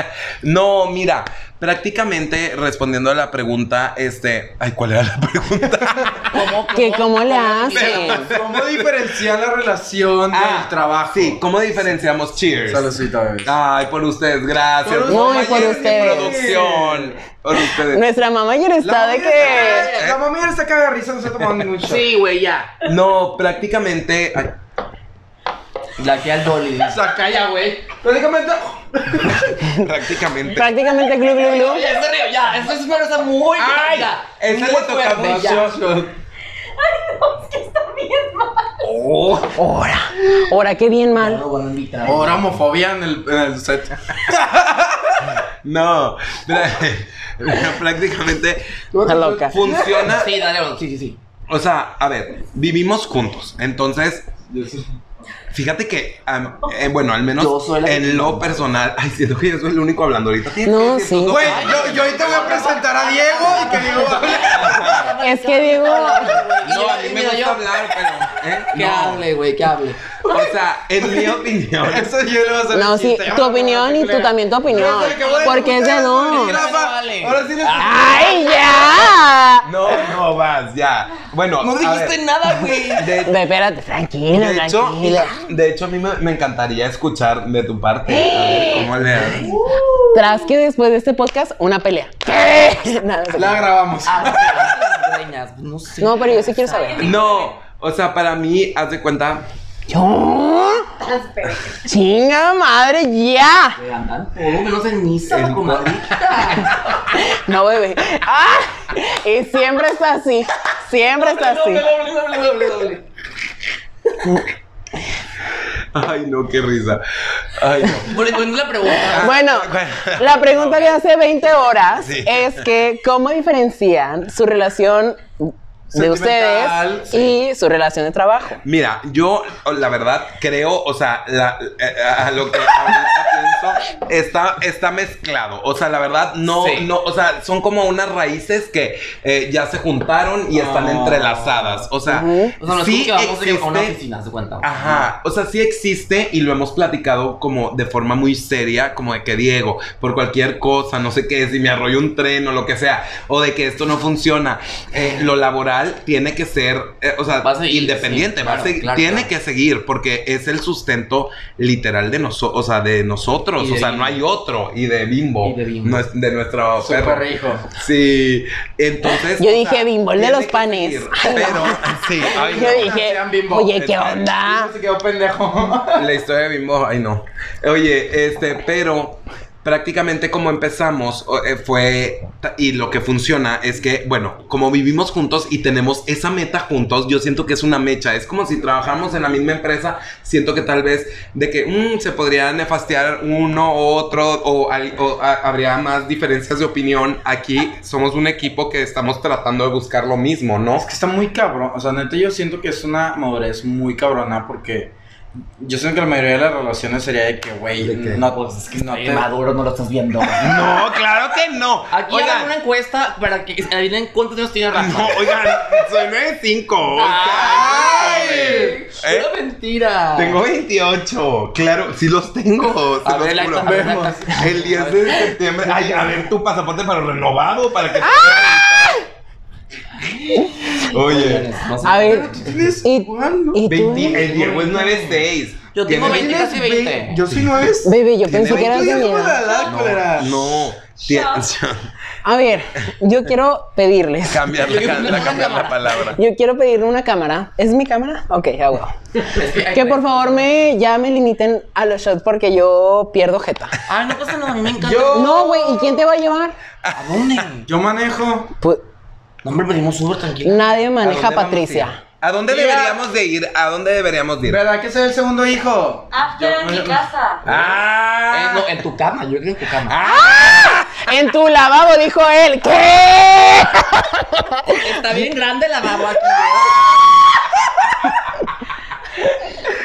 Speaker 3: no, mira, prácticamente respondiendo a la pregunta, este. Ay, ¿cuál era la pregunta?
Speaker 4: ¿Cómo,
Speaker 1: Que cómo le hacen.
Speaker 4: Pero-
Speaker 2: ¿Cómo diferenciar la relación del trabajo?
Speaker 3: Sí, ¿cómo diferenciamos cheers?
Speaker 2: Saludcita, bebé.
Speaker 3: Ay, por ustedes, gracias.
Speaker 2: Por
Speaker 1: No, y por
Speaker 3: compañeros de
Speaker 1: ustedes.
Speaker 3: producción. Por ustedes.
Speaker 1: Nuestra mamá ayer está de que.
Speaker 2: que. La mamá ya está caga de risa, no se ha tomado ningún shot.
Speaker 4: Sí, güey, ya.
Speaker 3: No, prácticamente. ay,
Speaker 4: La que al Dolly.
Speaker 2: O sea, calla, güey. Prácticamente.
Speaker 3: prácticamente.
Speaker 1: Prácticamente glu glu glu.
Speaker 4: Oye, en serio, ya. Eso es una cosa muy.
Speaker 3: Ay,
Speaker 4: ya,
Speaker 3: ese
Speaker 4: muy
Speaker 3: le tocaba
Speaker 4: fuerte, ya.
Speaker 2: Shot, shot.
Speaker 6: Es que está bien mal.
Speaker 3: Oh,
Speaker 1: Ahora, ahora qué bien
Speaker 4: Ya
Speaker 1: mal.
Speaker 4: lo van a invitar.
Speaker 2: Ahora homofobia en el, en el set.
Speaker 3: no. Prá- prácticamente
Speaker 1: Está loca.
Speaker 3: funciona.
Speaker 4: Sí, dale, bueno, sí, sí, sí.
Speaker 3: O sea, a ver, vivimos juntos. Entonces, fíjate que, am, eh, bueno, al menos
Speaker 4: Yo soy la que-
Speaker 3: en lo personal. Ay, siento que yo soy el único hablando ahorita. Tienes
Speaker 1: No,
Speaker 3: que decir
Speaker 1: sí.
Speaker 3: tus
Speaker 2: Güey,
Speaker 3: dos-
Speaker 2: yo, yo ahorita voy a presentar a Diego y que Diego hable.
Speaker 1: Es que digo.
Speaker 4: Y
Speaker 3: No,
Speaker 4: yo-
Speaker 3: a mí
Speaker 4: y
Speaker 3: me
Speaker 4: mira,
Speaker 3: gusta
Speaker 4: yo-
Speaker 3: hablar, pero. ¿eh?
Speaker 4: Que
Speaker 3: No.
Speaker 4: hable, güey, que hable.
Speaker 3: O sea, en mi opinión.
Speaker 2: Eso yo le voy a hacer
Speaker 1: No,
Speaker 2: un
Speaker 1: sí,
Speaker 2: chiste.
Speaker 1: tu opinión y tú también tu opinión.
Speaker 2: Yo sé que voy a
Speaker 1: Porque es de
Speaker 2: escuchar,
Speaker 1: dos.
Speaker 2: güey, grafa.
Speaker 4: Vale.
Speaker 2: Ahora sí les...
Speaker 1: Ah. ¡Ay, ya!
Speaker 3: No, no vas, ya. Bueno,
Speaker 4: No
Speaker 3: a
Speaker 4: dijiste
Speaker 3: ver,
Speaker 4: nada, güey.
Speaker 3: De,
Speaker 1: Ve, Espérate, tranquila,
Speaker 3: de hecho,
Speaker 1: tranquila.
Speaker 3: de hecho, a mí me, me encantaría escuchar de tu parte. A ver, ¿cómo le haces?
Speaker 1: Tras que después de este podcast, una pelea. Nada, no sé.
Speaker 2: La grabamos.
Speaker 4: Ah, Las greñas, No sé.
Speaker 1: No, pero yo sí quiero saber.
Speaker 3: No, o sea, para mí, haz de cuenta.
Speaker 1: ¿Yo? ¡Chinga madre, ya!
Speaker 4: Güey, Andan por lo menos en misa,
Speaker 1: Ah,
Speaker 4: comadrita.
Speaker 1: No, bebé. ¡Ah! Y siempre está así. Siempre está así.
Speaker 4: Doble, doble, doble, doble, doble.
Speaker 3: Ay, no, qué risa. Ay, no.
Speaker 4: Bueno, bueno, la
Speaker 3: Ah,
Speaker 4: pregunta.
Speaker 1: Bueno, la pregunta de hace 20 horas
Speaker 3: Sí.
Speaker 1: es que ¿cómo diferencian su relación de ustedes
Speaker 2: Sentimental,
Speaker 1: y su relación de trabajo?
Speaker 3: Mira, yo la verdad creo, o sea, la- eh, a lo que ahorita pienso, está, está mezclado. O sea, la verdad, no,
Speaker 4: Sí.
Speaker 3: no, o sea, son como unas raíces que eh, ya se juntaron y están
Speaker 2: Ah.
Speaker 3: entrelazadas. O sea,
Speaker 1: Ujú.
Speaker 4: O sea, no es como
Speaker 3: sí
Speaker 4: que vamos de que a una
Speaker 3: existe. Ah,
Speaker 4: oficina, se cuenta.
Speaker 3: Ajá, o sea, sí existe y lo hemos platicado como de forma muy seria, como de que Diego, por cualquier cosa, no sé qué, si me arrolló un tren o lo que sea, o de que esto no funciona, eh, lo laboral tiene que ser, eh, o sea,
Speaker 4: Va a seguir,
Speaker 3: independiente,
Speaker 4: sí,
Speaker 3: va a
Speaker 4: claro,
Speaker 3: segui-
Speaker 4: claro,
Speaker 3: tiene
Speaker 4: claro.
Speaker 3: que seguir porque es el sustento literal de, noso o sea, de nosotros,
Speaker 4: Y de
Speaker 3: o sea,
Speaker 4: Bimbo.
Speaker 3: no hay otro, y de Bimbo,
Speaker 4: Y de Bimbo.
Speaker 3: nues- de nuestra
Speaker 2: Súper rico.
Speaker 3: Sí, entonces...
Speaker 1: Yo
Speaker 3: o
Speaker 1: dije Bimbo, el de
Speaker 3: tiene
Speaker 1: los
Speaker 3: que
Speaker 1: panes.
Speaker 3: seguir, Pero, sí, ay,
Speaker 1: Yo
Speaker 3: no.
Speaker 1: dije,
Speaker 2: sean bimbo.
Speaker 1: oye, ¿qué
Speaker 3: Está-
Speaker 1: onda?
Speaker 2: Se quedó pendejo.
Speaker 3: La historia de Bimbo, ay no. Oye, este, pero prácticamente como empezamos o- eh, fue ta- y lo que funciona es que, bueno, como vivimos juntos y tenemos esa meta juntos, yo siento que es una mecha, es como si trabajamos en la misma empresa, siento que tal vez de que mm, se podría nefastear uno u otro o, al- o a- habría más diferencias de opinión. Aquí somos un equipo que estamos tratando de buscar lo mismo, ¿no?
Speaker 2: Es que está muy cabrón. O sea, neta, yo siento que es una madurez muy cabrona porque yo siento que la mayoría de las relaciones sería de que, güey,
Speaker 3: ¿De qué?
Speaker 2: no,
Speaker 4: Pues es que
Speaker 2: no
Speaker 4: está
Speaker 2: te.
Speaker 4: bien maduro, no lo estás viendo.
Speaker 3: No, claro que no.
Speaker 4: Aquí
Speaker 3: Oigan,
Speaker 4: hagan una encuesta para que adivinen cuántos años tiene Rafa.
Speaker 3: No, oigan, soy 9.5.
Speaker 4: ¡Ay!
Speaker 3: o sea, ¿eh?
Speaker 4: ¡Una mentira!
Speaker 3: Tengo 28. Claro, sí los tengo. Se
Speaker 4: A ver,
Speaker 3: los
Speaker 4: la-
Speaker 3: juro.
Speaker 4: a ver, la-
Speaker 3: Vemos. El 10 de septiembre. Ay, a ver, tu pasaporte para renovado para
Speaker 1: ¡Ah!
Speaker 3: que. te Oye.
Speaker 4: No sé.
Speaker 1: A ver,
Speaker 2: ¿Tienes
Speaker 1: ¿Y-
Speaker 2: cuál, no?
Speaker 1: ¿y tú?
Speaker 3: 20, el Diego es 9.6.
Speaker 4: Yo tengo
Speaker 3: Tiene-
Speaker 4: 20, casi 20.
Speaker 2: Yo soy nueve.
Speaker 1: Bebé, yo
Speaker 3: Tiene
Speaker 1: pensé que eras de mi
Speaker 2: ¿Cómo la
Speaker 1: edad.
Speaker 2: edad, culera?
Speaker 3: No. tie-
Speaker 1: A ver, yo quiero pedirles.
Speaker 3: cambiar la, cambiar, cambiar la palabra.
Speaker 1: Yo quiero pedirle una cámara. ¿Es mi cámara? Ok, ya huevo.
Speaker 4: Es que, ay,
Speaker 1: Que
Speaker 4: güey.
Speaker 1: por favor me, ya me limiten a los shots porque yo pierdo jeta.
Speaker 4: Ay, Ah, no pasa nada, a mí me encanta.
Speaker 2: Yo-
Speaker 1: No, güey, ¿y quién te va a llevar?
Speaker 4: ¿A dónde?
Speaker 2: Yo manejo.
Speaker 1: Pues,
Speaker 4: No, hombre, pedimos Uber, tranquilo.
Speaker 1: nadie
Speaker 3: ¿A dónde
Speaker 1: maneja a
Speaker 3: vamos
Speaker 1: Patricia.
Speaker 3: ir? ¿A dónde
Speaker 2: Mira.
Speaker 3: deberíamos de ir? ¿A dónde deberíamos de ir?
Speaker 2: ¿Verdad que soy el segundo hijo?
Speaker 6: After
Speaker 2: Yo-
Speaker 6: Ah, en mi casa.
Speaker 3: Ah,
Speaker 4: Eh, no, en tu cama, yo creo en tu cama.
Speaker 1: En tu lavabo, dijo él. ¿Qué?
Speaker 4: Está bien grande la baba aquí.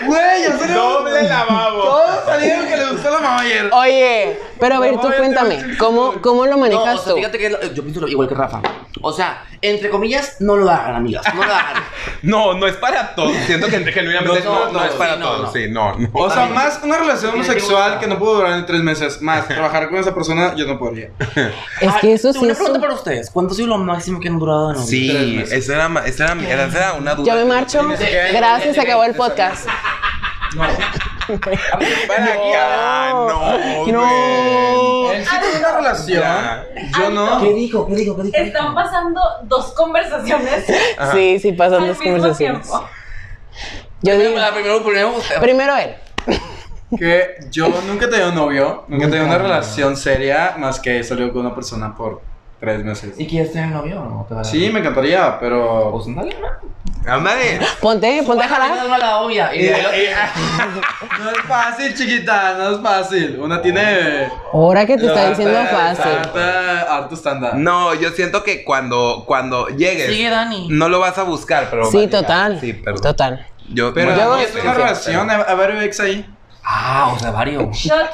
Speaker 2: Güey, yo soy
Speaker 3: doble lavabo.
Speaker 2: Todos salieron que le gustó la mamá ayer.
Speaker 1: Oye, pero a ver, tú
Speaker 2: No, yo
Speaker 1: cuéntame,
Speaker 2: tengo-
Speaker 1: ¿cómo, cómo lo
Speaker 4: No, o
Speaker 1: manejas
Speaker 4: sea,
Speaker 1: tú?
Speaker 4: fíjate que lo- yo pienso lo- igual que Rafa. O sea, entre comillas, no lo hagan, amigas. No lo hagan.
Speaker 3: No, no es para todos. Siento que genuinamente no,
Speaker 4: No, no,
Speaker 3: no es para
Speaker 4: sí, no,
Speaker 3: todos.
Speaker 4: no.
Speaker 3: Sí, no, no.
Speaker 2: O sea, más una relación
Speaker 4: Tiene que
Speaker 2: homosexual
Speaker 4: gustar.
Speaker 2: que no pudo durar en tres meses. Más, trabajar con esa persona yo no podría.
Speaker 1: Es que
Speaker 4: Ay,
Speaker 1: eso sí
Speaker 4: Ah, Una
Speaker 1: es
Speaker 4: pregunta
Speaker 1: un-
Speaker 4: para ustedes. ¿Cuánto ha sido lo máximo que han durado de novio?
Speaker 2: Tres
Speaker 3: Sí,
Speaker 2: meses.
Speaker 3: esa era, ma- esa era, mi- era- esa era una duda.
Speaker 1: Yo me
Speaker 3: que
Speaker 1: marcho.
Speaker 2: Tienes que-
Speaker 1: Gracias, se acabó el
Speaker 2: Tienes que-
Speaker 1: podcast.
Speaker 3: tenía. Para acá, no.
Speaker 1: No.
Speaker 3: güey.
Speaker 2: Él sí tuvo una relación.
Speaker 3: Ya.
Speaker 2: Yo no.
Speaker 4: ¿Qué dijo? ¿Qué dijo? ¿Qué dijo?
Speaker 6: Están pasando dos conversaciones
Speaker 3: Ajá.
Speaker 1: Sí, sí, pasan
Speaker 6: al
Speaker 1: las
Speaker 6: mismo
Speaker 1: conversaciones.
Speaker 6: tiempo.
Speaker 1: Yo digo,
Speaker 4: La primero ponemos eh, usted.
Speaker 1: primero él.
Speaker 2: Que yo nunca he tenido novio, nunca he tenido una relación seria más que he salido con una persona por tres meses.
Speaker 4: ¿Y quieres tener novio o no? ¿Te va a-
Speaker 2: Sí, me encantaría, pero.
Speaker 4: Pues dale, ¿no?
Speaker 3: Ándale.
Speaker 1: Ponte, ponte a
Speaker 4: Esa
Speaker 1: jalar.
Speaker 4: es la obvia. Y de ahí lo-
Speaker 2: No es fácil, chiquita, no es fácil. Una tiene.
Speaker 1: Ahora que te está
Speaker 2: harta-
Speaker 1: diciendo fácil.
Speaker 2: Harta, harto estándar.
Speaker 3: No, yo siento que cuando, cuando llegues,
Speaker 4: Sigue Dani.
Speaker 3: no lo vas a buscar, pero. va a
Speaker 1: Sí,
Speaker 3: llegar.
Speaker 1: total.
Speaker 3: Sí, perdón.
Speaker 1: Total.
Speaker 3: Yo,
Speaker 2: Pero
Speaker 3: bueno,
Speaker 2: no
Speaker 3: no
Speaker 2: es
Speaker 3: sé,
Speaker 2: una
Speaker 3: sí,
Speaker 2: relación, a, a ver, ex ahí.
Speaker 4: Ah, o sea, varios.
Speaker 6: Shot.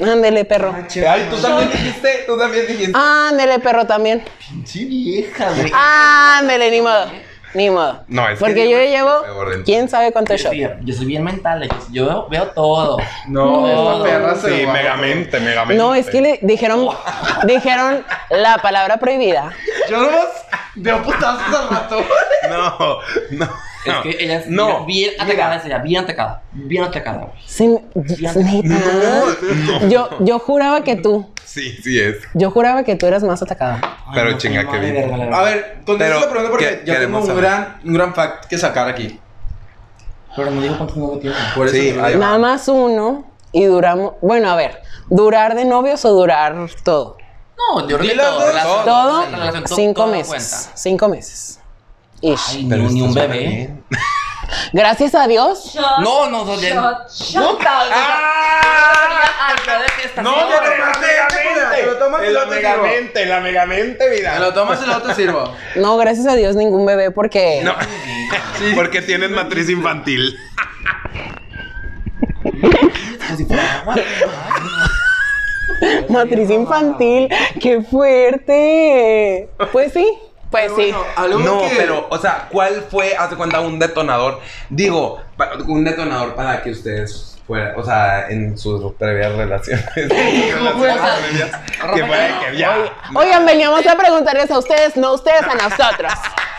Speaker 1: Ándele, perro.
Speaker 3: pero- Ay, tú también dijiste, tú también dijiste.
Speaker 1: Ándele, perro también.
Speaker 4: Pinche vieja, güey.
Speaker 1: Ándele, ni modo. Ni modo.
Speaker 3: No, es que
Speaker 1: Porque
Speaker 3: digo,
Speaker 1: yo ya
Speaker 3: es peor,
Speaker 1: llevo
Speaker 3: entonces.
Speaker 1: quién sabe cuánto
Speaker 4: Yo
Speaker 1: show.
Speaker 4: soy, yo soy bien mental, yo veo todo.
Speaker 2: No, esta perra se
Speaker 3: Sí,
Speaker 2: guardó.
Speaker 3: megamente, megamente.
Speaker 1: No, es que le dijeron,
Speaker 3: Oh.
Speaker 1: dijeron la palabra prohibida.
Speaker 2: Yo nomás veo putazos al rato.
Speaker 3: No, no.
Speaker 4: Es que ella es
Speaker 3: Ah. No.
Speaker 4: bien atacada, es ella, bien atacada, bien atacada, güey.
Speaker 1: Sin- neta. Yo, yo juraba que tú,
Speaker 3: Sí, sí es.
Speaker 1: yo juraba que tú eras más atacada.
Speaker 4: Ay,
Speaker 3: Pero
Speaker 4: no,
Speaker 3: chinga,
Speaker 4: no,
Speaker 3: qué
Speaker 4: vale,
Speaker 3: bien.
Speaker 4: verga, la
Speaker 2: A
Speaker 4: verdad.
Speaker 2: ver, contesto
Speaker 3: Pero,
Speaker 2: la pregunta porque
Speaker 3: ¿qué-
Speaker 2: yo tengo
Speaker 3: queremos
Speaker 2: un
Speaker 3: saber?
Speaker 2: gran, un gran fact que sacar aquí.
Speaker 4: Pero no digo cuántos nuevos tiene.
Speaker 2: Por eso
Speaker 3: Sí,
Speaker 2: te
Speaker 3: ahí
Speaker 2: digo.
Speaker 1: Nada más uno y duramos, bueno, a ver, durar de novios o durar todo.
Speaker 4: No, yo creo que
Speaker 2: Dilo,
Speaker 4: todo.
Speaker 2: todo,
Speaker 4: relación-
Speaker 1: Todo,
Speaker 4: relación, to-
Speaker 1: cinco
Speaker 4: todo
Speaker 1: meses.
Speaker 4: cuenta.
Speaker 1: Cinco meses. Ish.
Speaker 4: Ay,
Speaker 3: Pero
Speaker 4: ni, ni un
Speaker 3: estás
Speaker 4: bebé.
Speaker 3: bien.
Speaker 1: Gracias a Dios.
Speaker 6: Shot,
Speaker 4: No, no, no, bien.
Speaker 6: Shot, shot.
Speaker 4: Puta, o sea, alcohol de fiesta,
Speaker 3: Ah. No,
Speaker 4: sí,
Speaker 3: ya
Speaker 4: hombre.
Speaker 3: tomaste,
Speaker 2: la
Speaker 3: ya
Speaker 2: megamente,
Speaker 3: te
Speaker 2: lo tomas y
Speaker 3: la
Speaker 2: lo te sirvo.
Speaker 3: megamente, la megamente,
Speaker 2: Me
Speaker 3: mira.
Speaker 2: Ah, lo tomas y luego te sirvo.
Speaker 1: No, gracias a Dios ningún bebé porque
Speaker 3: No, porque tienes matriz infantil.
Speaker 4: Como si fuera agua.
Speaker 1: matriz infantil. ¡Qué fuerte! Pues sí, pues sí.
Speaker 2: Bueno, algo
Speaker 3: No,
Speaker 2: que-
Speaker 3: pero, o sea, ¿cuál fue, hace cuenta, un detonador? Digo, pa- un detonador para que ustedes fueran, o sea, en sus previas relaciones. Pues, Relaciones previas, que fuera que ya.
Speaker 1: Oigan, veníamos a preguntarles a ustedes, no ustedes a nosotros.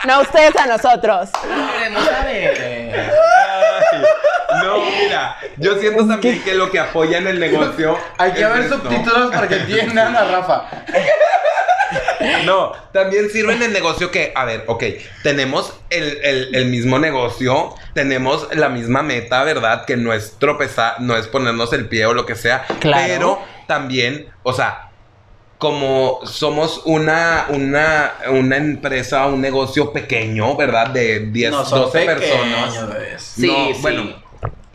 Speaker 1: No ustedes a nosotros.
Speaker 4: Queremos saber.
Speaker 3: Ay, No, mira, yo siento también que lo que apoya en el negocio.
Speaker 2: Hay que
Speaker 3: es
Speaker 2: ver
Speaker 3: esto.
Speaker 2: subtítulos para que entiendan a Rafa.
Speaker 3: No, también sirve en el negocio que, a ver, ok, tenemos el, el- el mismo negocio, tenemos la misma meta, ¿verdad? Que no es tropezar, no es ponernos el pie o lo que sea,
Speaker 1: Claro.
Speaker 3: pero también, o sea, como somos una, una, una empresa, un negocio pequeño, ¿verdad? De 10,
Speaker 2: No, son
Speaker 3: 12
Speaker 2: pequeños,
Speaker 3: personas.
Speaker 2: bebés.
Speaker 4: Sí,
Speaker 3: No,
Speaker 4: sí.
Speaker 3: Bueno.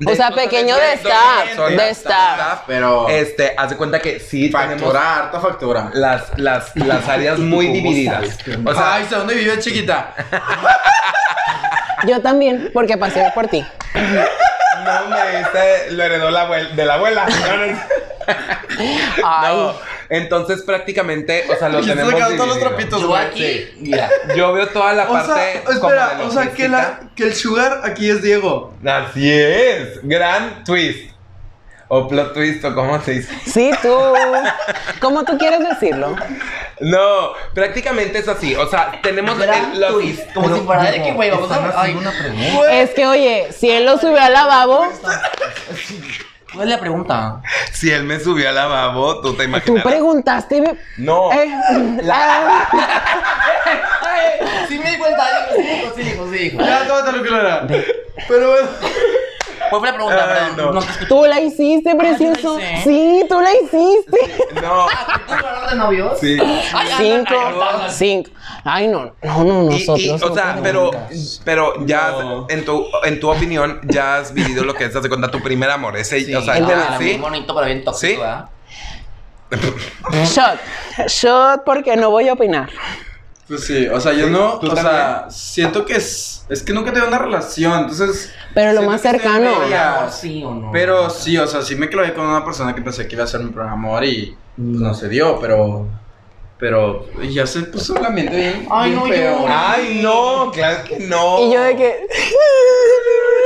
Speaker 1: O sea, pequeño de staff,
Speaker 3: personas,
Speaker 1: de staff.
Speaker 2: Pero
Speaker 3: Este, haz de cuenta que sí tenemos
Speaker 2: factura, harta factura.
Speaker 3: las, las, las áreas muy divididas. O sea,
Speaker 2: Ay, ¿sabes dónde vive chiquita?
Speaker 1: Yo también, porque pasé por ti.
Speaker 3: No, hombre, este lo heredó la abuel- de la abuela. No, no, no.
Speaker 1: Ay.
Speaker 3: No, entonces prácticamente, o sea, lo
Speaker 2: Y se
Speaker 3: tenemos
Speaker 2: sacaron todos los
Speaker 3: dividido.
Speaker 2: trapitos.
Speaker 4: Yo
Speaker 2: güey,
Speaker 4: aquí, mira.
Speaker 3: Yo veo toda la
Speaker 2: O sea,
Speaker 3: parte como
Speaker 2: espera,
Speaker 3: de
Speaker 2: o sea, que, la, que el sugar aquí es Diego.
Speaker 3: logística. Así es, gran twist. O plot twist, o cómo se dice.
Speaker 1: Sí, tú. ¿Cómo tú quieres decirlo?
Speaker 3: No, prácticamente es así. O sea, tenemos el, los-
Speaker 4: Gratuit, Como si fuera de que, güey, vamos a Ay,
Speaker 7: una pregunta.
Speaker 1: Es que, oye, si él lo subió al lavabo,
Speaker 4: ¿Cuál es la pregunta?
Speaker 3: Si él me subió al lavabo, tú
Speaker 1: tú
Speaker 3: te imaginas.
Speaker 1: preguntaste. ve-
Speaker 3: No.
Speaker 1: eh, ah,
Speaker 4: Sí me di cuenta, sí, dijo, sí, dijo, sí, dijo.
Speaker 2: Ya, tómate lo que lo era. Pero bueno.
Speaker 4: ¿Cuál fue la pregunta?
Speaker 3: Ay,
Speaker 4: Perdón,
Speaker 3: no.
Speaker 4: no te escuché.
Speaker 1: tú la hiciste, precioso.
Speaker 4: hice.
Speaker 1: Sí, tú la hiciste.
Speaker 3: No.
Speaker 4: ¿Tú hablar de novios?
Speaker 3: Sí.
Speaker 4: Ay, ay,
Speaker 1: Cinco,
Speaker 4: ay, ay, ay.
Speaker 1: cinco. Ay, no, no, no,
Speaker 3: Y-
Speaker 1: nosotros.
Speaker 3: y, o
Speaker 1: no
Speaker 3: sea,
Speaker 1: podemos.
Speaker 3: pero, pero ya has- en, tu, en tu opinión, ya has vivido lo que es, hace cuenta, tu primer amor. Ese,
Speaker 4: Sí,
Speaker 3: o sea,
Speaker 1: el
Speaker 3: ya,
Speaker 1: primer amor.
Speaker 3: sí.
Speaker 4: Muy bonito, pero bien tóxico,
Speaker 3: Sí.
Speaker 4: ¿verdad?
Speaker 1: Shot. Shot porque no voy a opinar.
Speaker 2: Pues sí, o sea, yo no, o
Speaker 3: ¿Tú
Speaker 2: sea, siento que es, es que nunca tuve una relación, entonces...
Speaker 1: Pero lo
Speaker 2: siento
Speaker 1: más
Speaker 2: que estoy
Speaker 1: cercano.
Speaker 2: en
Speaker 3: Ah,
Speaker 2: media.
Speaker 4: Amor, sí o no.
Speaker 2: Pero sí, o sea, sí me clavé con una persona que pensé que iba a ser mi primer amor y pues, no se dio, pero... Pero ya se puso el ambiente bien,
Speaker 4: Ay,
Speaker 2: bien
Speaker 4: no,
Speaker 2: feo.
Speaker 4: yo-
Speaker 3: Ay, no, claro que no.
Speaker 1: Y yo de que.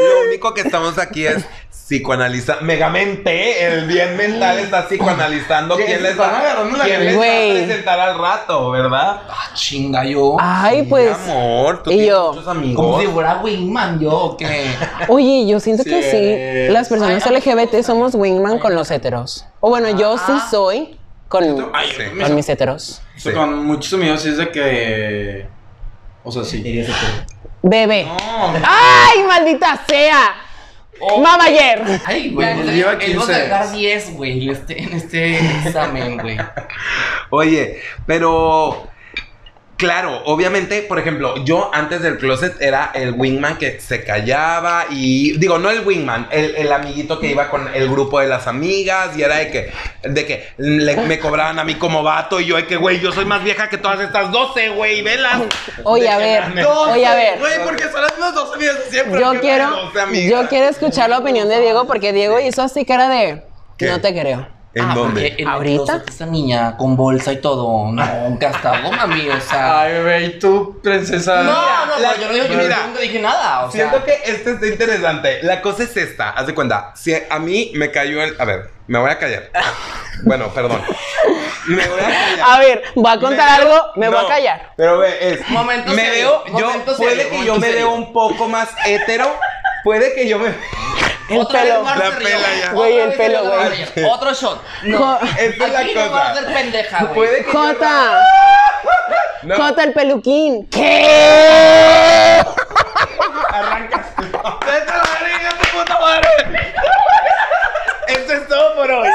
Speaker 3: Lo único que estamos aquí es psicoanalizar. Megamente, el bien mental está psicoanalizando
Speaker 2: Que
Speaker 3: quién
Speaker 2: se
Speaker 3: les
Speaker 2: están
Speaker 3: va,
Speaker 2: agarrando la
Speaker 3: quién les va
Speaker 1: Güey.
Speaker 3: a presentar al rato, ¿verdad?
Speaker 4: Ah, chinga, yo.
Speaker 1: Ay, pues.
Speaker 3: Amor, tú
Speaker 1: Y
Speaker 3: tienes
Speaker 1: yo.
Speaker 3: muchos
Speaker 4: Como si
Speaker 3: amigos.
Speaker 4: fuera Wingman, yo, ¿o qué?
Speaker 1: Oye, yo siento
Speaker 2: Sí
Speaker 1: que
Speaker 2: eres.
Speaker 1: sí. Las personas
Speaker 4: Ay,
Speaker 1: LGBT somos wingman con los heteros. O bueno, yo sí soy con,
Speaker 2: Ay,
Speaker 3: Sí.
Speaker 2: me-
Speaker 1: con mis heteros.
Speaker 2: o sea, Con muchos amigos sí es de que... O sea, sí.
Speaker 1: Bebé.
Speaker 2: No,
Speaker 1: ¡Ay, maldita sea!
Speaker 3: Oh.
Speaker 1: Mamá ayer.
Speaker 4: Oh. Ay, güey.
Speaker 2: Bueno, lleva
Speaker 4: él va a
Speaker 2: 15.
Speaker 4: sacar 10, güey, en este, en este examen, güey.
Speaker 3: Oye, pero claro, obviamente, por ejemplo, yo antes del closet era el wingman que se callaba y digo, no el wingman, el, el amiguito que iba con el grupo de las amigas y era de que de que le- me cobraban a mí como vato y yo de que güey, yo soy más vieja que todas estas 12, güey, velas.
Speaker 1: Oye, a ver. Oye, a ver.
Speaker 3: Güey, porque son las mismas 12 amigas de siempre.
Speaker 1: Yo
Speaker 3: ¿qué
Speaker 1: quiero,
Speaker 3: tal, 12 amigas?
Speaker 1: yo quiero escuchar la opinión de Diego porque Diego hizo así cara de.
Speaker 3: ¿Qué?
Speaker 1: No te creo.
Speaker 3: ¿En
Speaker 4: Ah,
Speaker 3: dónde?
Speaker 4: porque en el
Speaker 1: ¿Ahorita?
Speaker 4: closet Esa niña con bolsa y todo. No, gastado, mami, o sea.
Speaker 2: Ay, bebé, ¿y tú, princesa?
Speaker 4: no, no,
Speaker 3: la-
Speaker 4: no, yo no digo, yo
Speaker 3: mira.
Speaker 4: nunca dije nada. O sea,
Speaker 3: Siento que este está interesante. La cosa es esta. Haz de cuenta. Si a mí me cayó el. A ver, me voy a callar. Bueno, perdón. Me voy a callar.
Speaker 1: A ver, voy a contar
Speaker 3: Me-
Speaker 1: algo, me voy
Speaker 3: no,
Speaker 1: a callar.
Speaker 3: Pero ve, es.
Speaker 4: Momento
Speaker 3: me
Speaker 4: serio,
Speaker 3: veo. Yo,
Speaker 4: momento
Speaker 3: puede
Speaker 4: serio,
Speaker 3: que yo
Speaker 4: momento
Speaker 3: me
Speaker 4: serio.
Speaker 3: veo un poco más hétero. Puede que yo me.
Speaker 1: El
Speaker 4: Otra vez
Speaker 1: pelo.
Speaker 4: Mar se
Speaker 3: La
Speaker 4: rió.
Speaker 3: pela ya.
Speaker 4: Otra
Speaker 1: Güey, el
Speaker 4: vez
Speaker 1: pelo,
Speaker 4: se rió la
Speaker 1: güey.
Speaker 4: Mar. Otro shot. No.
Speaker 1: Jo-
Speaker 3: Esta es la
Speaker 4: Aquí no vas a
Speaker 3: cosa.
Speaker 4: ser pendeja, güey.
Speaker 3: Puede que. yo-
Speaker 1: Jota,
Speaker 3: No,
Speaker 1: Jota el peluquín. ¿Qué?
Speaker 3: arrancas. Vete a la verga, tu puta madre. Eso es todo por hoy.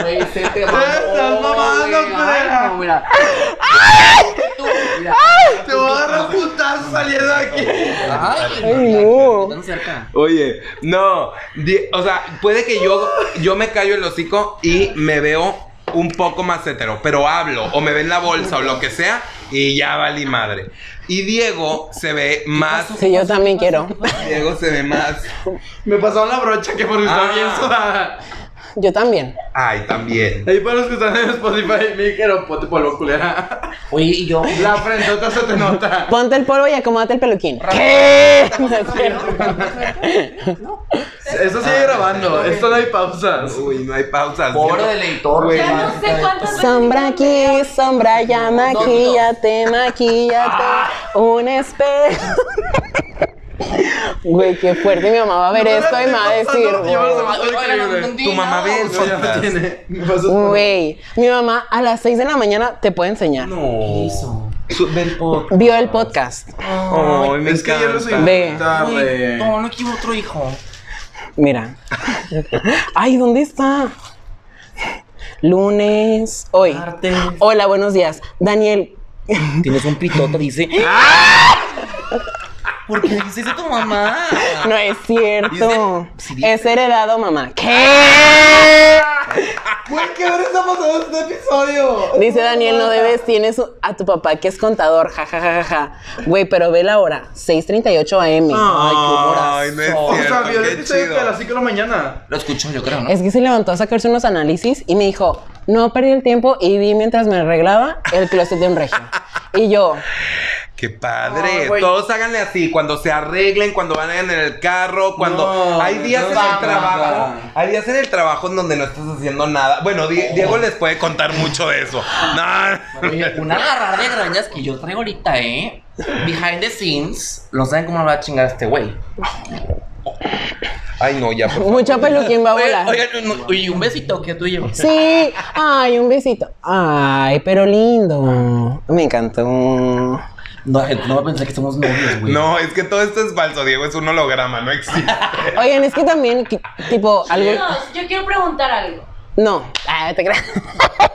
Speaker 4: Güey, se te
Speaker 2: Estás
Speaker 4: mamó,
Speaker 2: mamando,
Speaker 4: güey. Ay,
Speaker 2: culera.
Speaker 4: no, mira. Tú, mira.
Speaker 2: Te voy a dar un putazo saliendo de aquí.
Speaker 4: Ay,
Speaker 1: no.
Speaker 4: Tan cerca.
Speaker 3: Oye, no, di- o sea, puede que yo, yo me callo el hocico y me veo un poco más hetero, pero hablo, o me ven la bolsa o lo que sea, y ya valí madre. Y Diego se ve más,
Speaker 1: Sí, yo también quiero.
Speaker 3: Diego se ve más,
Speaker 2: Me pasaron la brocha que porque
Speaker 3: Ah.
Speaker 2: está bien sudada.
Speaker 1: Yo también.
Speaker 3: ay, también.
Speaker 2: Ahí para los que están en Spotify, me dijeron, ponte polvo, culera.
Speaker 4: Oye, y yo.
Speaker 2: La frentota se te nota.
Speaker 1: Ponte el polvo y acomódate el peluquín.
Speaker 2: Esto sigue grabando, esto no hay pausas.
Speaker 3: Uy, no hay pausas.
Speaker 4: Pobre
Speaker 3: Yo-
Speaker 4: del editor, güey.
Speaker 6: Ya no sé cuántas veces-
Speaker 1: Sombra aquí, sombra ya, maquillate, maquillate. Un espejo. Güey, qué fuerte. Mi mamá va a ver esto y me va a decir.
Speaker 2: Yo
Speaker 1: "Wow".
Speaker 2: me estoy
Speaker 4: Oigan,
Speaker 2: increíble.
Speaker 4: no entendí
Speaker 3: Tu mamá
Speaker 4: nada,
Speaker 3: ve el
Speaker 4: güey.
Speaker 2: No, ya no
Speaker 3: podcast.
Speaker 2: tiene. Me pasas por-
Speaker 1: Güey, mi mamá a las 6 de la mañana te puede enseñar.
Speaker 4: ¿Qué
Speaker 3: No.
Speaker 4: hizo?
Speaker 3: Su- Del podcast.
Speaker 1: Vio el podcast.
Speaker 3: Ay, me
Speaker 2: Es que yo no soy
Speaker 3: encanta.
Speaker 1: Ve.
Speaker 2: Ah, tarde.
Speaker 4: Güey, No, no quiero otro hijo.
Speaker 1: Mira. Ay, ¿dónde está? Lunes, hoy.
Speaker 4: Martes.
Speaker 1: Hola, buenos días. Daniel,
Speaker 4: Tienes un pitote, dice. ¿Por qué dices a tu mamá?
Speaker 1: no es cierto.
Speaker 4: Dice- sí, dice.
Speaker 1: Es heredado, mamá. ¿Qué?
Speaker 2: Güey, ¿qué hora está pasando este episodio?
Speaker 1: Dice Daniel, no debes, tienes a tu papá que es contador. Ja, ja, ja, ja, ja. Güey, pero ve la hora. 6.38 am.
Speaker 3: Ay, no es
Speaker 4: O
Speaker 2: O
Speaker 3: cierto,
Speaker 2: sea, vio el
Speaker 3: qué
Speaker 2: episodio
Speaker 3: chido.
Speaker 2: que a las 5 de la mañana.
Speaker 4: Lo escucho, yo creo, ¿no?
Speaker 1: Es que se levantó a sacarse unos análisis y me dijo, no perdí el tiempo y vi mientras me arreglaba el closet de un regio. Y yo,
Speaker 3: Qué padre.
Speaker 2: Ay, güey.
Speaker 3: Todos háganle así, cuando se arreglen, cuando van en el carro, cuando
Speaker 2: No,
Speaker 3: hay días
Speaker 2: no
Speaker 3: en el
Speaker 2: vamos,
Speaker 3: trabajo,
Speaker 2: no.
Speaker 3: hay días en el trabajo en donde no estás haciendo nada. Bueno,
Speaker 2: Oh.
Speaker 3: Di- Diego les puede contar mucho de eso. No.
Speaker 4: Oye, Una agarrada de grañas que yo traigo ahorita, ¿eh? Behind the scenes, no saben cómo me va a chingar este güey.
Speaker 3: Ay, no, ya por favor.
Speaker 1: mucho peluquín va a
Speaker 4: Oye,
Speaker 1: volar.
Speaker 4: oye, no, oye, un besito que tú y yo.
Speaker 1: Sí, ay, un besito. Ay, pero lindo. Me encantó.
Speaker 4: No, gente, no va a pensar que somos novios, güey.
Speaker 3: No, es que todo esto es falso, Diego, es un holograma, no existe.
Speaker 1: Oigan, es que también, qui- tipo, algo.
Speaker 6: Chicos, yo quiero preguntar algo.
Speaker 1: No, ah, te creas.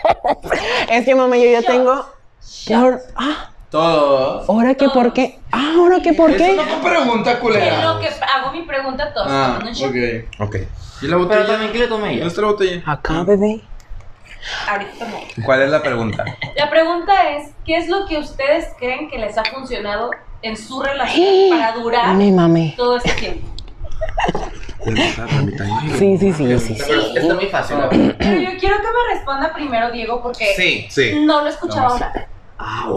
Speaker 1: es que, mamá, yo ya tengo. Ahora, ah,
Speaker 2: Todo.
Speaker 1: ahora que por qué. Ah, ahora que por
Speaker 2: Eso
Speaker 1: qué.
Speaker 2: no fue pregunta,
Speaker 6: Que
Speaker 2: culera.
Speaker 6: lo que hago mi pregunta a todos.
Speaker 2: Ah,
Speaker 6: ¿no?
Speaker 2: ok.
Speaker 3: Ok.
Speaker 2: ¿Y la botella?
Speaker 4: Pero también que le tome
Speaker 2: ¿Dónde
Speaker 4: ella.
Speaker 2: está la botella?
Speaker 1: Acá, bebé.
Speaker 6: Ahorita no.
Speaker 3: ¿Cuál es la pregunta?
Speaker 6: La pregunta es, ¿qué es lo que ustedes creen que les ha funcionado en su relación para durar
Speaker 1: Mi mami.
Speaker 6: todo este tiempo?
Speaker 1: Sí, sí, sí, sí. sí.
Speaker 4: Pero está muy fácil, la verdad.
Speaker 6: Pero yo quiero que me responda primero Diego porque
Speaker 4: Sí.
Speaker 3: Sí.
Speaker 6: no lo escuchaba hablar.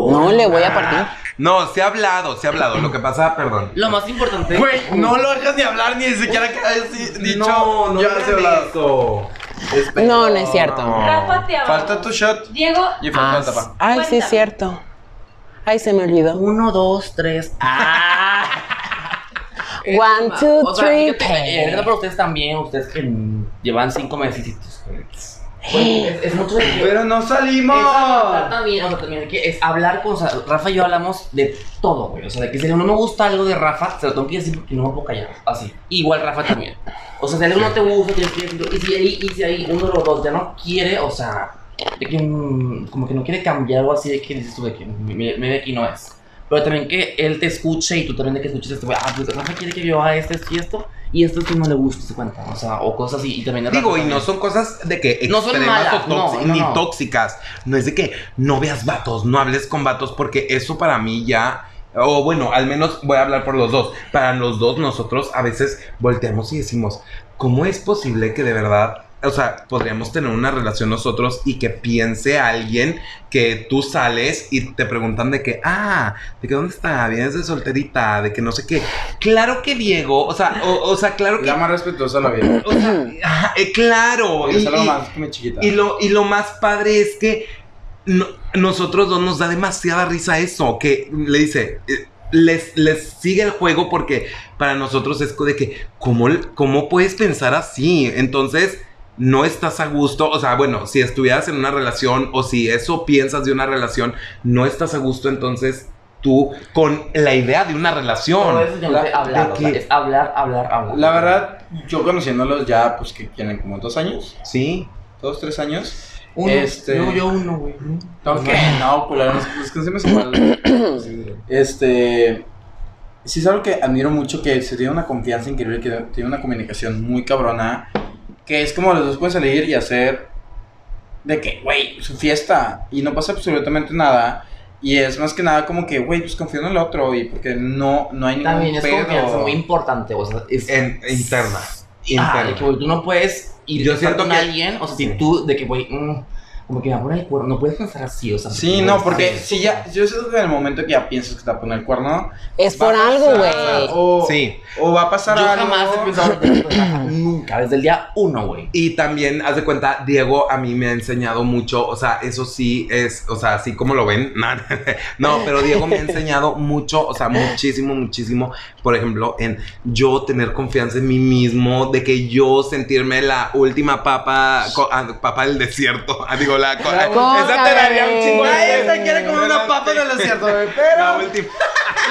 Speaker 1: No le voy a partir.
Speaker 3: No, se ha hablado, se ha hablado. Lo que pasa, perdón.
Speaker 4: Lo más importante.
Speaker 2: Güey, no lo dejas ni hablar, ni siquiera que hayas di- dicho. ya
Speaker 3: hagas
Speaker 2: se habla.
Speaker 3: eso.
Speaker 1: No, no es cierto.
Speaker 6: Rafa te habla.
Speaker 2: Falta tu shot.
Speaker 6: Diego,
Speaker 2: Y falta
Speaker 4: Ah,
Speaker 2: la tapa.
Speaker 1: Ay, sí, es
Speaker 6: Cuéntame.
Speaker 1: cierto. Ay, se me olvidó.
Speaker 4: Uno, dos, tres. ¡Ah!
Speaker 1: One, two,
Speaker 4: Eh, o sea,
Speaker 1: three,
Speaker 4: fíjate, eh,
Speaker 1: pay.
Speaker 4: verdad para ustedes también, ustedes que mm, llevan cinco meses. Pues, es, es mucho de que-
Speaker 2: Pero no salimos.
Speaker 4: Es hablar también, o sea, también hay que- es hablar con. o sea, Rafa y yo hablamos de todo, güey. O sea, de que si no me gusta algo de Rafa, se lo tengo que decir porque no me puedo callar. Así. Igual Rafa también. O sea, si algo no te gusta, tienes que decirlo. Y si ahí, y si ahí uno de los dos ya no quiere, o sea, de que. mm, como que no quiere cambiar o así, de que dices tú, de que me me- me ve aquí no es. Pero también que él te escuche y tú también de que escuches este, güey, ah, pues Rafa quiere que yo haga esto, esto y esto, y esto es que no le gusta, se cuenta, o sea, o cosas así, y también Rafa
Speaker 3: Digo, y
Speaker 4: también.
Speaker 3: no son cosas de que
Speaker 4: No son
Speaker 3: extremas
Speaker 4: malas,
Speaker 3: o tóxi-
Speaker 4: no, no,
Speaker 3: ni
Speaker 4: no.
Speaker 3: tóxicas. No es de que no veas vatos, no hables con vatos, porque eso para mí ya. O bueno, al menos voy a hablar por los dos. Para los dos, nosotros a veces volteamos y decimos, ¿cómo es posible que de verdad, o sea, podríamos tener una relación nosotros y que piense alguien que tú sales y te preguntan de que, ah, de que dónde está, vienes de solterita, de que no sé qué. Claro que Diego, o sea, o, o sea, claro que...
Speaker 2: La más respetuosa a la vida.
Speaker 3: o sea, ajá, eh, claro.
Speaker 2: Es
Speaker 3: y-
Speaker 2: algo
Speaker 3: y-
Speaker 2: más que mi chiquita.
Speaker 3: y lo, y lo más padre es que no- nosotros dos nos da demasiada risa eso, que le dice, eh, les, les sigue el juego porque para nosotros es co- de que, ¿cómo, l- ¿cómo puedes pensar así? Entonces, no estás a gusto, o sea, bueno, si estuvieras en una relación o si eso piensas de una relación, no estás a gusto, entonces tú con la idea de una
Speaker 4: Todo
Speaker 3: relación.
Speaker 4: eso ya no sé,
Speaker 2: La-
Speaker 4: hablar,
Speaker 3: de
Speaker 4: o sea,
Speaker 3: que-
Speaker 4: es hablar, hablar, hablar.
Speaker 2: La verdad, yo conociéndolos ya, pues que tienen como dos años,
Speaker 3: Sí,
Speaker 2: dos, tres años.
Speaker 4: Uno,
Speaker 2: Este-
Speaker 4: yo, yo uno, güey.
Speaker 2: Ok, no, culero, nos, nos conocimos igual. Este. Sí, es algo que admiro mucho: que se tiene una confianza increíble, que tiene una comunicación muy cabrona. Que es como los dos pueden salir y hacer. De que, güey, su fiesta. Y no pasa absolutamente nada. Y es más que nada como que, güey, pues confío en el otro. Y porque no, no hay ningún
Speaker 4: También es
Speaker 2: pedo.
Speaker 4: confianza muy importante, o sea, es...
Speaker 3: en, interna.
Speaker 4: Ah,
Speaker 3: interna.
Speaker 4: de que, güey, tú no puedes ir
Speaker 3: Yo
Speaker 4: yo
Speaker 3: siento
Speaker 4: con
Speaker 3: que-
Speaker 4: alguien, o sea,
Speaker 3: Sí.
Speaker 4: si tú, de que, güey, mm, como que me va a poner el cuerno, no puedes pensar así, o sea.
Speaker 2: Sí,
Speaker 3: Pues
Speaker 2: no, porque si ya, yo sé que en el momento que ya piensas que te va a poner el cuerno,
Speaker 1: Es
Speaker 2: va
Speaker 1: por
Speaker 2: a
Speaker 1: algo, güey.
Speaker 2: pasar, O,
Speaker 3: Sí.
Speaker 2: o va a
Speaker 4: Yo
Speaker 2: pasar algo.
Speaker 4: jamás he pensado en tener pareja, nunca, desde el día uno, güey.
Speaker 3: Y también, haz de cuenta, Diego a mí me ha enseñado mucho, o sea, eso sí es, o sea, así como lo ven, no, no, pero Diego me ha enseñado mucho, o sea, muchísimo, muchísimo, por ejemplo, en yo tener confianza en mí mismo, de que yo sentirme la última papa, co- ah, papa del desierto, ah, digo, la... co-
Speaker 1: Coca,
Speaker 3: esa te daría un
Speaker 1: bebé.
Speaker 3: chingo de-
Speaker 2: Ay, esta quiere comer una papa en el desierto, güey,
Speaker 3: La
Speaker 2: pero
Speaker 3: última.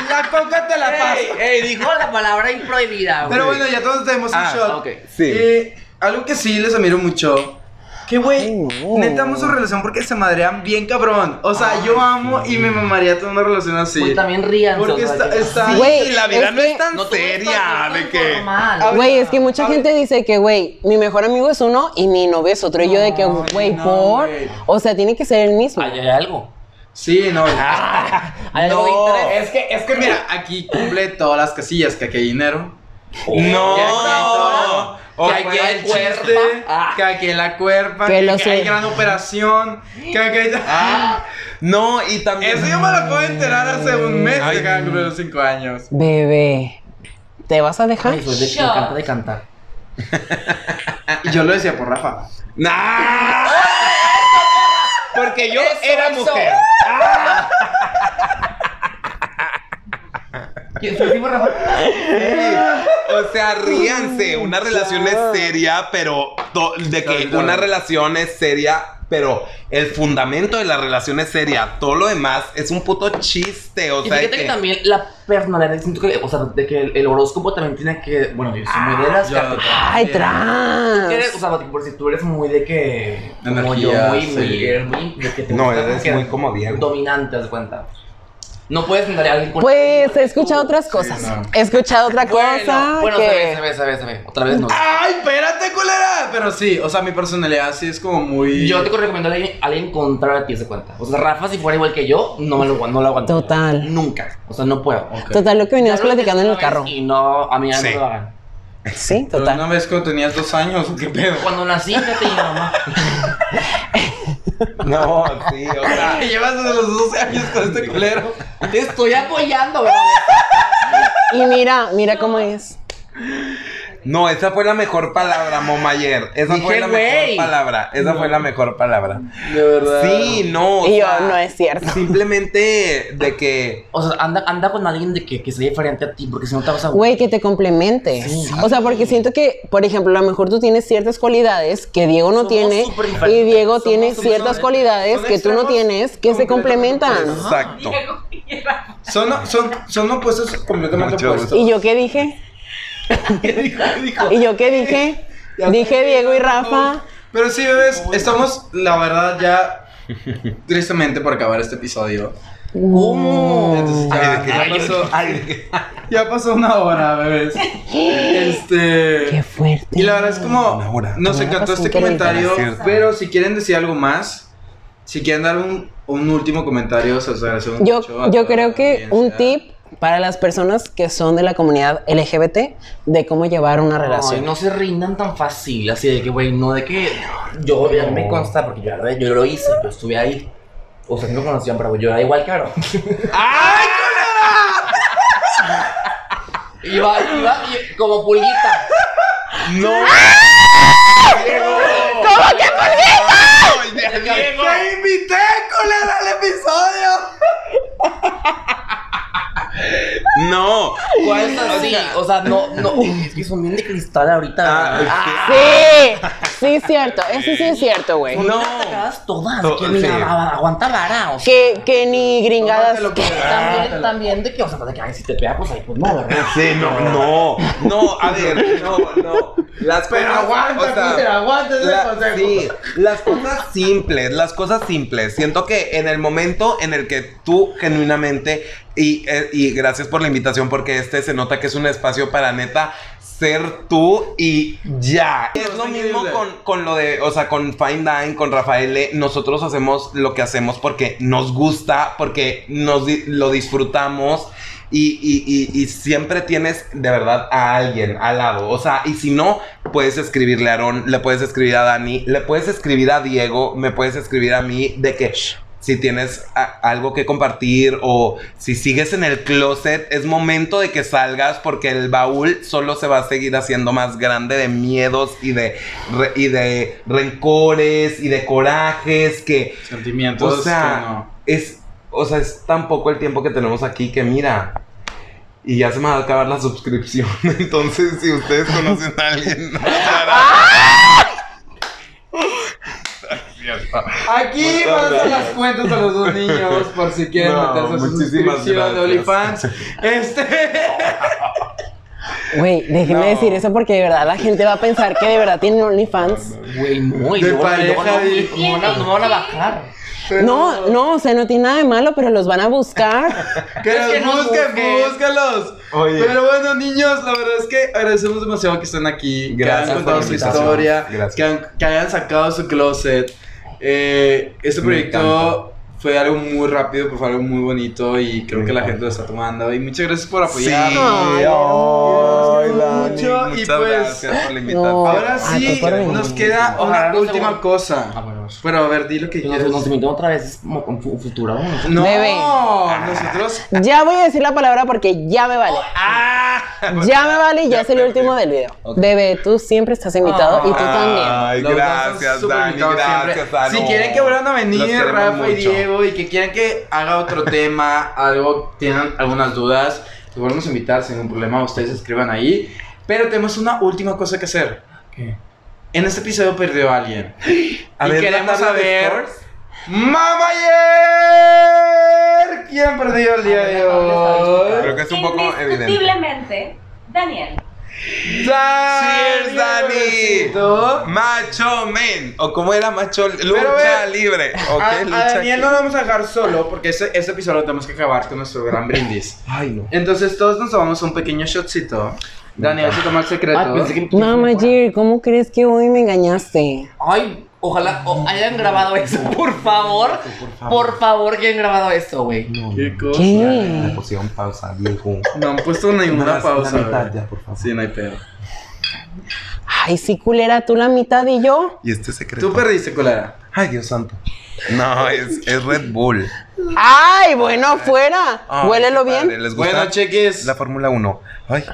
Speaker 2: la coca te la
Speaker 4: Ey,
Speaker 2: pasa.
Speaker 4: ey, dijo la palabra improhibida, güey.
Speaker 2: Pero bueno, ya todos tenemos un
Speaker 3: Ah,
Speaker 2: shot.
Speaker 4: ok.
Speaker 3: Sí.
Speaker 2: Eh, algo que sí les admiro mucho. Que güey,
Speaker 1: Ay, no.
Speaker 2: neta amo su relación porque se madrean bien cabrón. O sea, yo amo y me mamaría tener una relación así.
Speaker 4: Güey, también ríanse.
Speaker 2: Porque
Speaker 4: o sea,
Speaker 2: está,
Speaker 4: que-
Speaker 2: está eh,
Speaker 1: Sí, Güey,
Speaker 3: y la vida
Speaker 1: es
Speaker 3: no es
Speaker 1: que-
Speaker 3: tan
Speaker 4: No, todo está-
Speaker 3: seria,
Speaker 4: todo
Speaker 3: de
Speaker 4: está
Speaker 3: que...
Speaker 4: normal.
Speaker 1: Güey, es que mucha gente dice que, güey, mi mejor amigo es uno y mi novio es otro. Y yo de que,
Speaker 2: No,
Speaker 1: güey,
Speaker 2: no,
Speaker 1: por.
Speaker 2: güey.
Speaker 1: O sea, tiene que ser el mismo.
Speaker 4: Ahí hay algo.
Speaker 2: Sí, no. güey.
Speaker 3: Ah.
Speaker 4: Hay
Speaker 2: No.
Speaker 4: algo de interés.
Speaker 2: Es que, es que mira, aquí cumple todas las casillas, que aquí hay dinero.
Speaker 3: No.
Speaker 4: Oh,
Speaker 2: Que aquí hay todo, que aquí
Speaker 3: O fuera
Speaker 2: hay
Speaker 3: el
Speaker 2: el chiste,
Speaker 3: oh,
Speaker 4: cuerpo. Ah.
Speaker 2: que aquí hay la cuerpa,
Speaker 1: Pero
Speaker 2: que aquí
Speaker 1: sí.
Speaker 2: hay gran operación, que aquí hay...
Speaker 3: Ah, no, y también...
Speaker 2: Eso yo me lo puedo enterar hace un mes
Speaker 3: Ay,
Speaker 2: de cada cumple de los cinco años.
Speaker 1: Bebé, ¿te vas a dejar?
Speaker 4: Ay, soy de- me encanta de cantar.
Speaker 2: Y yo lo decía por Rafa.
Speaker 3: ¡Nah! Porque yo era mujer.
Speaker 4: ¿Quién soy tipo Rafa?
Speaker 3: O sea, ríanse. Una relación es seria, pero to- de que una relación es seria, pero el fundamento de la relación es seria. Todo lo demás es un puto chiste. O
Speaker 4: Y
Speaker 3: sea,
Speaker 4: fíjate que
Speaker 3: que-
Speaker 4: también la personalidad, siento que, o sea, de que el, el horóscopo también tiene que, bueno, yo soy
Speaker 3: Ah,
Speaker 4: muy de las
Speaker 2: yo
Speaker 4: cartas.
Speaker 1: Ay,
Speaker 4: Tú
Speaker 1: trans.
Speaker 4: eres- o sea, por si tú eres muy de que. como
Speaker 2: Energía,
Speaker 4: yo, muy,
Speaker 2: sí.
Speaker 4: muy, eres muy- de que te
Speaker 3: No,
Speaker 4: gusta
Speaker 3: eres
Speaker 4: que-
Speaker 3: muy como Diego.
Speaker 4: Dominante, haz de cuenta. No puedes mandar a alguien con-
Speaker 1: Pues he escuchado otras cosas.
Speaker 2: no.
Speaker 1: He escuchado otra
Speaker 4: Bueno,
Speaker 1: cosa
Speaker 4: Bueno, se ve, se
Speaker 1: que.
Speaker 4: ve, se ve, se ve. Otra vez no.
Speaker 2: ¡Ay, espérate, culera! Pero sí, o sea, mi personalidad sí es como muy...
Speaker 4: Yo te recomiendo a alguien, a alguien contrario a ti, haz de cuenta. O sea, Rafa, si fuera igual que yo, no me lo, agu- no lo aguanto.
Speaker 1: Total.
Speaker 4: Nunca. O sea, no puedo.
Speaker 1: Total, lo que
Speaker 4: Ya
Speaker 1: veníamos
Speaker 4: lo
Speaker 1: platicando en el
Speaker 4: intenté una
Speaker 1: carro.
Speaker 4: vez Y no, a mí ya
Speaker 3: Sí.
Speaker 4: no me lo hagan.
Speaker 1: Sí,
Speaker 2: Pero
Speaker 1: total.
Speaker 2: una vez cuando tenías dos años, ¿qué pedo?
Speaker 4: Cuando nací, fíjate, y mi mamá.
Speaker 3: No, sí, o sea.
Speaker 2: Te llevas desde los 12 años con este culero.
Speaker 4: Te estoy apoyando, ¿verdad?
Speaker 1: Y mira, mira cómo es.
Speaker 3: No, esa fue la mejor palabra, Momayer. Esa fue
Speaker 4: Dije,
Speaker 3: la
Speaker 4: güey.
Speaker 3: mejor palabra. Esa fue la mejor palabra.
Speaker 2: De verdad.
Speaker 3: Sí, no. o
Speaker 1: Y yo,
Speaker 3: sea,
Speaker 1: no es cierto.
Speaker 3: Simplemente de que.
Speaker 4: O sea, anda, anda con alguien de que, que sea diferente a ti, porque si no te vas a.
Speaker 1: Güey, que te complemente.
Speaker 4: Sí.
Speaker 1: O sea, porque siento que, por ejemplo, a lo mejor tú tienes ciertas cualidades que Diego no
Speaker 4: Somos
Speaker 1: tiene
Speaker 4: súper
Speaker 1: y
Speaker 4: diferentes.
Speaker 1: Diego
Speaker 4: Somos
Speaker 1: tiene
Speaker 4: súper
Speaker 1: ciertas
Speaker 4: diferentes.
Speaker 1: cualidades
Speaker 2: Son
Speaker 1: que tú no
Speaker 2: extremos
Speaker 1: tienes que se
Speaker 2: completamente
Speaker 1: complementan.
Speaker 2: opuestos.
Speaker 3: Exacto.
Speaker 6: Diego y Rafa.
Speaker 2: Son, son, son opuestos completamente
Speaker 3: Mucho gusto.
Speaker 2: opuestos.
Speaker 1: ¿Y yo qué dije? ¿Y yo qué dije? Dije Diego y Rafa.
Speaker 2: Pero sí, bebés, estamos, la verdad, ya tristemente por acabar este episodio.
Speaker 1: Mm,
Speaker 2: Entonces ya,
Speaker 3: Ay, de que-
Speaker 2: ya
Speaker 3: ay,
Speaker 2: pasó,
Speaker 3: ay, de que-
Speaker 2: ya pasó una hora, bebés.
Speaker 1: Qué
Speaker 2: Este.
Speaker 1: fuerte.
Speaker 2: Y la verdad es
Speaker 3: Una
Speaker 2: como.
Speaker 3: hora.
Speaker 2: Nos
Speaker 1: Una hora
Speaker 2: encantó este
Speaker 1: cinco minutos.
Speaker 2: comentario.
Speaker 3: Cierto.
Speaker 2: Pero si quieren decir algo más, si quieren dar un, un último comentario, se los agradezco
Speaker 1: Yo,
Speaker 2: mucho a
Speaker 1: yo
Speaker 2: toda la
Speaker 1: creo que un
Speaker 2: audiencia.
Speaker 1: tip para las personas que son de la comunidad LGBT de cómo llevar una
Speaker 4: Ay,
Speaker 1: relación.
Speaker 4: no se rindan tan fácil, así de que, güey, no de que. Yo ya me consta, porque yo, lo- yo lo hice, yo estuve ahí. O sea, no conocían, pero yo era igual que Aro.
Speaker 3: ¡Ay,
Speaker 4: Iba, iba y- como pulguita.
Speaker 3: ¡No!
Speaker 1: ¿Cómo que por qué?
Speaker 3: ¡Te
Speaker 4: Diego!
Speaker 3: invité, culera, al episodio! No.
Speaker 4: ¿Cuál es así? O sea, no, no. Es que son bien de cristal ahorita. güey.
Speaker 3: Ah,
Speaker 1: Sí, sí, cierto. Eso sí es cierto, güey.
Speaker 4: Son
Speaker 3: no.
Speaker 4: bien atacadas todas.
Speaker 3: To-
Speaker 4: que mira,
Speaker 3: sí.
Speaker 4: a- aguanta vara. O sea,
Speaker 1: Que, que ni gringadas.
Speaker 2: Tómatelo con-
Speaker 4: también, también de que, o sea, de que, ay, si te pega, pues ahí, pues no, ¿verdad?
Speaker 3: Sí, no, no. No, a ver, no, no. Las
Speaker 2: Pero
Speaker 3: cosas,
Speaker 2: aguanta,
Speaker 3: o sea,
Speaker 2: Peter, aguanta ese
Speaker 3: la-
Speaker 2: consejo.
Speaker 3: Sí, las cosas simples, las cosas simples. Siento que en el momento en el que tú genuinamente, y, eh, y gracias por la invitación, porque este se nota que es un espacio para neta ser tú y ya. Es lo mismo con, con lo de, o sea, con Fine Dine, con Rafael, eh, nosotros hacemos lo que hacemos porque nos gusta, porque nos di- lo disfrutamos. Y, y- y- y siempre tienes de verdad a alguien al lado. O sea, y si no, puedes escribirle a Aarón, le puedes escribir a Dani, le puedes escribir a Diego, me puedes escribir a mí de que si tienes a- algo que compartir o si sigues en el closet, es momento de que salgas porque el baúl solo se va a seguir haciendo más grande de miedos y de, re- y de rencores y de corajes que,
Speaker 2: Sentimientos
Speaker 3: o sea,
Speaker 2: que no.
Speaker 3: es, o sea, es tan poco el tiempo que tenemos aquí que mira. Y ya se me va a acabar la suscripción. Entonces, si ustedes conocen a alguien.
Speaker 2: Aquí
Speaker 3: Muchas
Speaker 2: pasan
Speaker 3: gracias.
Speaker 2: las cuentas a los dos niños por si quieren
Speaker 3: No,
Speaker 2: meterse a su
Speaker 3: muchísimas
Speaker 2: suscripción de
Speaker 3: gracias.
Speaker 2: OnlyFans. Este.
Speaker 1: Güey, déjenme
Speaker 3: No.
Speaker 1: decir eso porque de verdad la gente va a pensar que de verdad tienen OnlyFans.
Speaker 4: Güey, no, y
Speaker 2: De
Speaker 4: luego, y
Speaker 2: pareja,
Speaker 4: luego no, y-
Speaker 2: dijo.
Speaker 4: no, van a- no van a bajar.
Speaker 1: No, no, o sea, no tiene nada de malo, pero los van a buscar.
Speaker 2: Que
Speaker 4: Es que
Speaker 2: los
Speaker 4: nos
Speaker 2: busquen,
Speaker 4: busquen.
Speaker 2: búscalos.
Speaker 3: Oye.
Speaker 2: Pero bueno, niños, la verdad es que agradecemos demasiado que estén aquí.
Speaker 3: Gracias
Speaker 2: que
Speaker 3: por
Speaker 2: hayan contado
Speaker 3: la
Speaker 2: su
Speaker 3: invitación.
Speaker 2: historia.
Speaker 3: Gracias.
Speaker 2: Que, han- que hayan sacado su closet. Eh, este
Speaker 3: Me
Speaker 2: proyecto fue algo muy rápido, pero fue algo muy bonito. Y creo
Speaker 3: Me
Speaker 2: que la
Speaker 3: encanta.
Speaker 2: gente lo está tomando. Y muchas gracias por apoyarnos.
Speaker 1: Ay,
Speaker 2: ay,
Speaker 3: pues Dani,
Speaker 2: mucho, y
Speaker 3: muchas
Speaker 2: pues-
Speaker 3: gracias por la invitación.
Speaker 1: No.
Speaker 2: Ahora
Speaker 1: Ay,
Speaker 2: sí,
Speaker 1: pues, por venir.
Speaker 2: nos queda
Speaker 4: Ojalá
Speaker 2: una
Speaker 4: no se
Speaker 2: última
Speaker 4: vuelva- Ah,
Speaker 2: cosa.
Speaker 4: bueno,
Speaker 2: Pero a ver, di lo que
Speaker 4: nos,
Speaker 2: quieras.
Speaker 4: nos invitamos otra vez, es como con fu- futuro. ¿no?
Speaker 2: No,
Speaker 1: Bebe.
Speaker 2: nosotros.
Speaker 1: Ya voy a decir la palabra porque ya me vale. Ah. Ya me vale y ya, es el último del video. Bebé, tú siempre estás invitado y tú
Speaker 3: Ah.
Speaker 1: también.
Speaker 3: Ay,
Speaker 2: Los dos son
Speaker 3: gracias,
Speaker 2: súper
Speaker 3: Dani.
Speaker 2: invitados
Speaker 3: Gracias,
Speaker 2: siempre.
Speaker 3: Dani.
Speaker 2: Si quieren que vuelvan a
Speaker 3: Los
Speaker 2: venir
Speaker 3: queremos
Speaker 2: Rafa y
Speaker 3: mucho.
Speaker 2: Diego y que quieran que haga otro tema, algo, tienen algunas dudas, los volvemos a invitar sin ningún problema. Ustedes escriban ahí. Pero tenemos una última cosa que hacer. En este episodio perdió a alguien.
Speaker 3: A
Speaker 2: y
Speaker 3: ver,
Speaker 2: queremos
Speaker 3: la tabla de
Speaker 2: saber.
Speaker 3: scores.
Speaker 2: ¡Mamayer! ¿Quién perdió el día
Speaker 4: A ver,
Speaker 2: de
Speaker 4: la tabla está
Speaker 2: hoy?
Speaker 3: Creo que es un poco evidente.
Speaker 6: Indiscutiblemente, Daniel.
Speaker 3: Cheers,
Speaker 2: ¡Dani!
Speaker 3: Dani. Macho men. O como era macho
Speaker 2: Pero
Speaker 3: lucha
Speaker 2: ve-
Speaker 3: libre. ¿O
Speaker 2: A,
Speaker 3: qué
Speaker 2: a
Speaker 3: lucha?
Speaker 2: Daniel no lo vamos a dejar solo porque este, este episodio lo tenemos que acabar con nuestro gran brindis.
Speaker 3: Ay, no.
Speaker 2: Entonces todos nos tomamos un pequeño shotcito. Daniel se toma el secreto.
Speaker 3: Ah,
Speaker 4: Ay, pensé que-
Speaker 1: Mamá Jir, ¿cómo crees que hoy me engañaste?
Speaker 4: Ay, ojalá o- hayan grabado eso, por favor. Por favor, que hayan grabado esto, güey.
Speaker 2: ¿Qué cosa?
Speaker 1: ¿Qué?
Speaker 3: pusieron pausa, viejo.
Speaker 2: No han puesto ninguna pausa. güey.
Speaker 3: por favor.
Speaker 2: Sí, no hay pedo.
Speaker 1: Ay, sí, culera, tú la mitad y yo.
Speaker 3: Y este secreto.
Speaker 2: Tú perdiste, colera.
Speaker 3: Ay, Dios santo. No, es, es Red Bull.
Speaker 1: Ay, bueno, fuera.
Speaker 3: Ay,
Speaker 1: Huélelo
Speaker 3: qué padre,
Speaker 1: bien.
Speaker 3: ¿Les gusta
Speaker 2: Bueno, cheques.
Speaker 3: la Fórmula 1? Ay.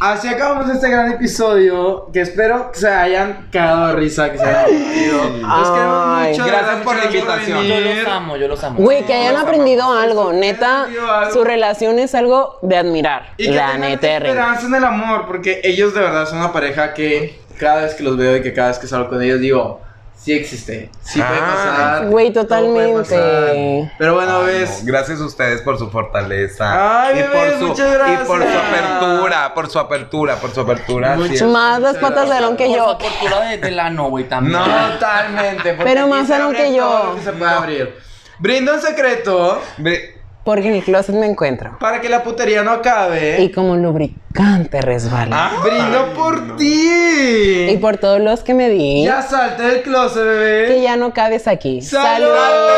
Speaker 2: Así acabamos este gran episodio que espero que se hayan cagado de risa, que se hayan divertido. Los queremos
Speaker 1: Ay.
Speaker 2: mucho. de
Speaker 3: Gracias
Speaker 2: verdad,
Speaker 3: por la
Speaker 2: muchas
Speaker 3: invitación.
Speaker 4: Yo
Speaker 2: venir.
Speaker 4: los amo, yo los amo.
Speaker 1: Güey, que hayan
Speaker 3: los
Speaker 1: aprendido
Speaker 3: amamos.
Speaker 1: algo.
Speaker 2: Eso, hayan
Speaker 1: Neta,
Speaker 2: aprendido algo.
Speaker 1: su relación es algo de admirar.
Speaker 2: Y que
Speaker 1: La
Speaker 2: tengan
Speaker 1: neta, Rick.
Speaker 2: esperanza en el amor, porque ellos de verdad son una pareja que cada vez que los veo y que cada vez que salgo con ellos digo, sí existe, sí puede
Speaker 3: Ah.
Speaker 2: pasar.
Speaker 1: Güey,
Speaker 2: todo puede
Speaker 1: totalmente.
Speaker 2: pasar". Pero bueno,
Speaker 3: Ay,
Speaker 2: ves,
Speaker 3: no. Gracias a ustedes por su fortaleza.
Speaker 2: Ay,
Speaker 3: y
Speaker 2: bebés,
Speaker 3: por su,
Speaker 2: muchas gracias.
Speaker 3: Y por su apertura, por su apertura, por su apertura. así es.
Speaker 1: Más las patas de
Speaker 4: Por
Speaker 1: Alon que yo.
Speaker 4: su cultura de telano, güey, también.
Speaker 3: No.
Speaker 2: totalmente. porque
Speaker 1: Pero
Speaker 2: aquí
Speaker 1: más
Speaker 2: se
Speaker 1: algo
Speaker 2: abre
Speaker 1: que yo.
Speaker 2: todo lo que se puede abrir. Brindo un secreto
Speaker 3: Ve-
Speaker 1: Porque en el closet me encuentro.
Speaker 2: para que la putería no
Speaker 1: Y
Speaker 2: acabe.
Speaker 1: como lubricante resbala.
Speaker 3: Ah,
Speaker 2: Brindo por ti.
Speaker 1: Y por todos los que me di,
Speaker 2: Ya salte del closet, bebé.
Speaker 1: que ya no cabes aquí.
Speaker 2: ¡Salud!
Speaker 1: ¡Salud!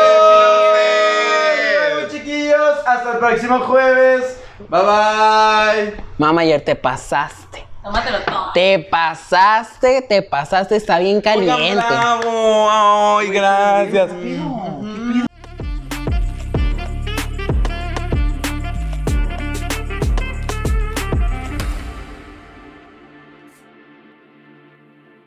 Speaker 2: Nos vemos, chiquillos. Hasta el próximo jueves. Bye bye.
Speaker 1: Mamá, ayer te pasaste.
Speaker 6: Tómatelo todo.
Speaker 1: Te pasaste, te pasaste, está bien
Speaker 2: Oigan,
Speaker 1: caliente.
Speaker 2: bravo. Ay, gracias.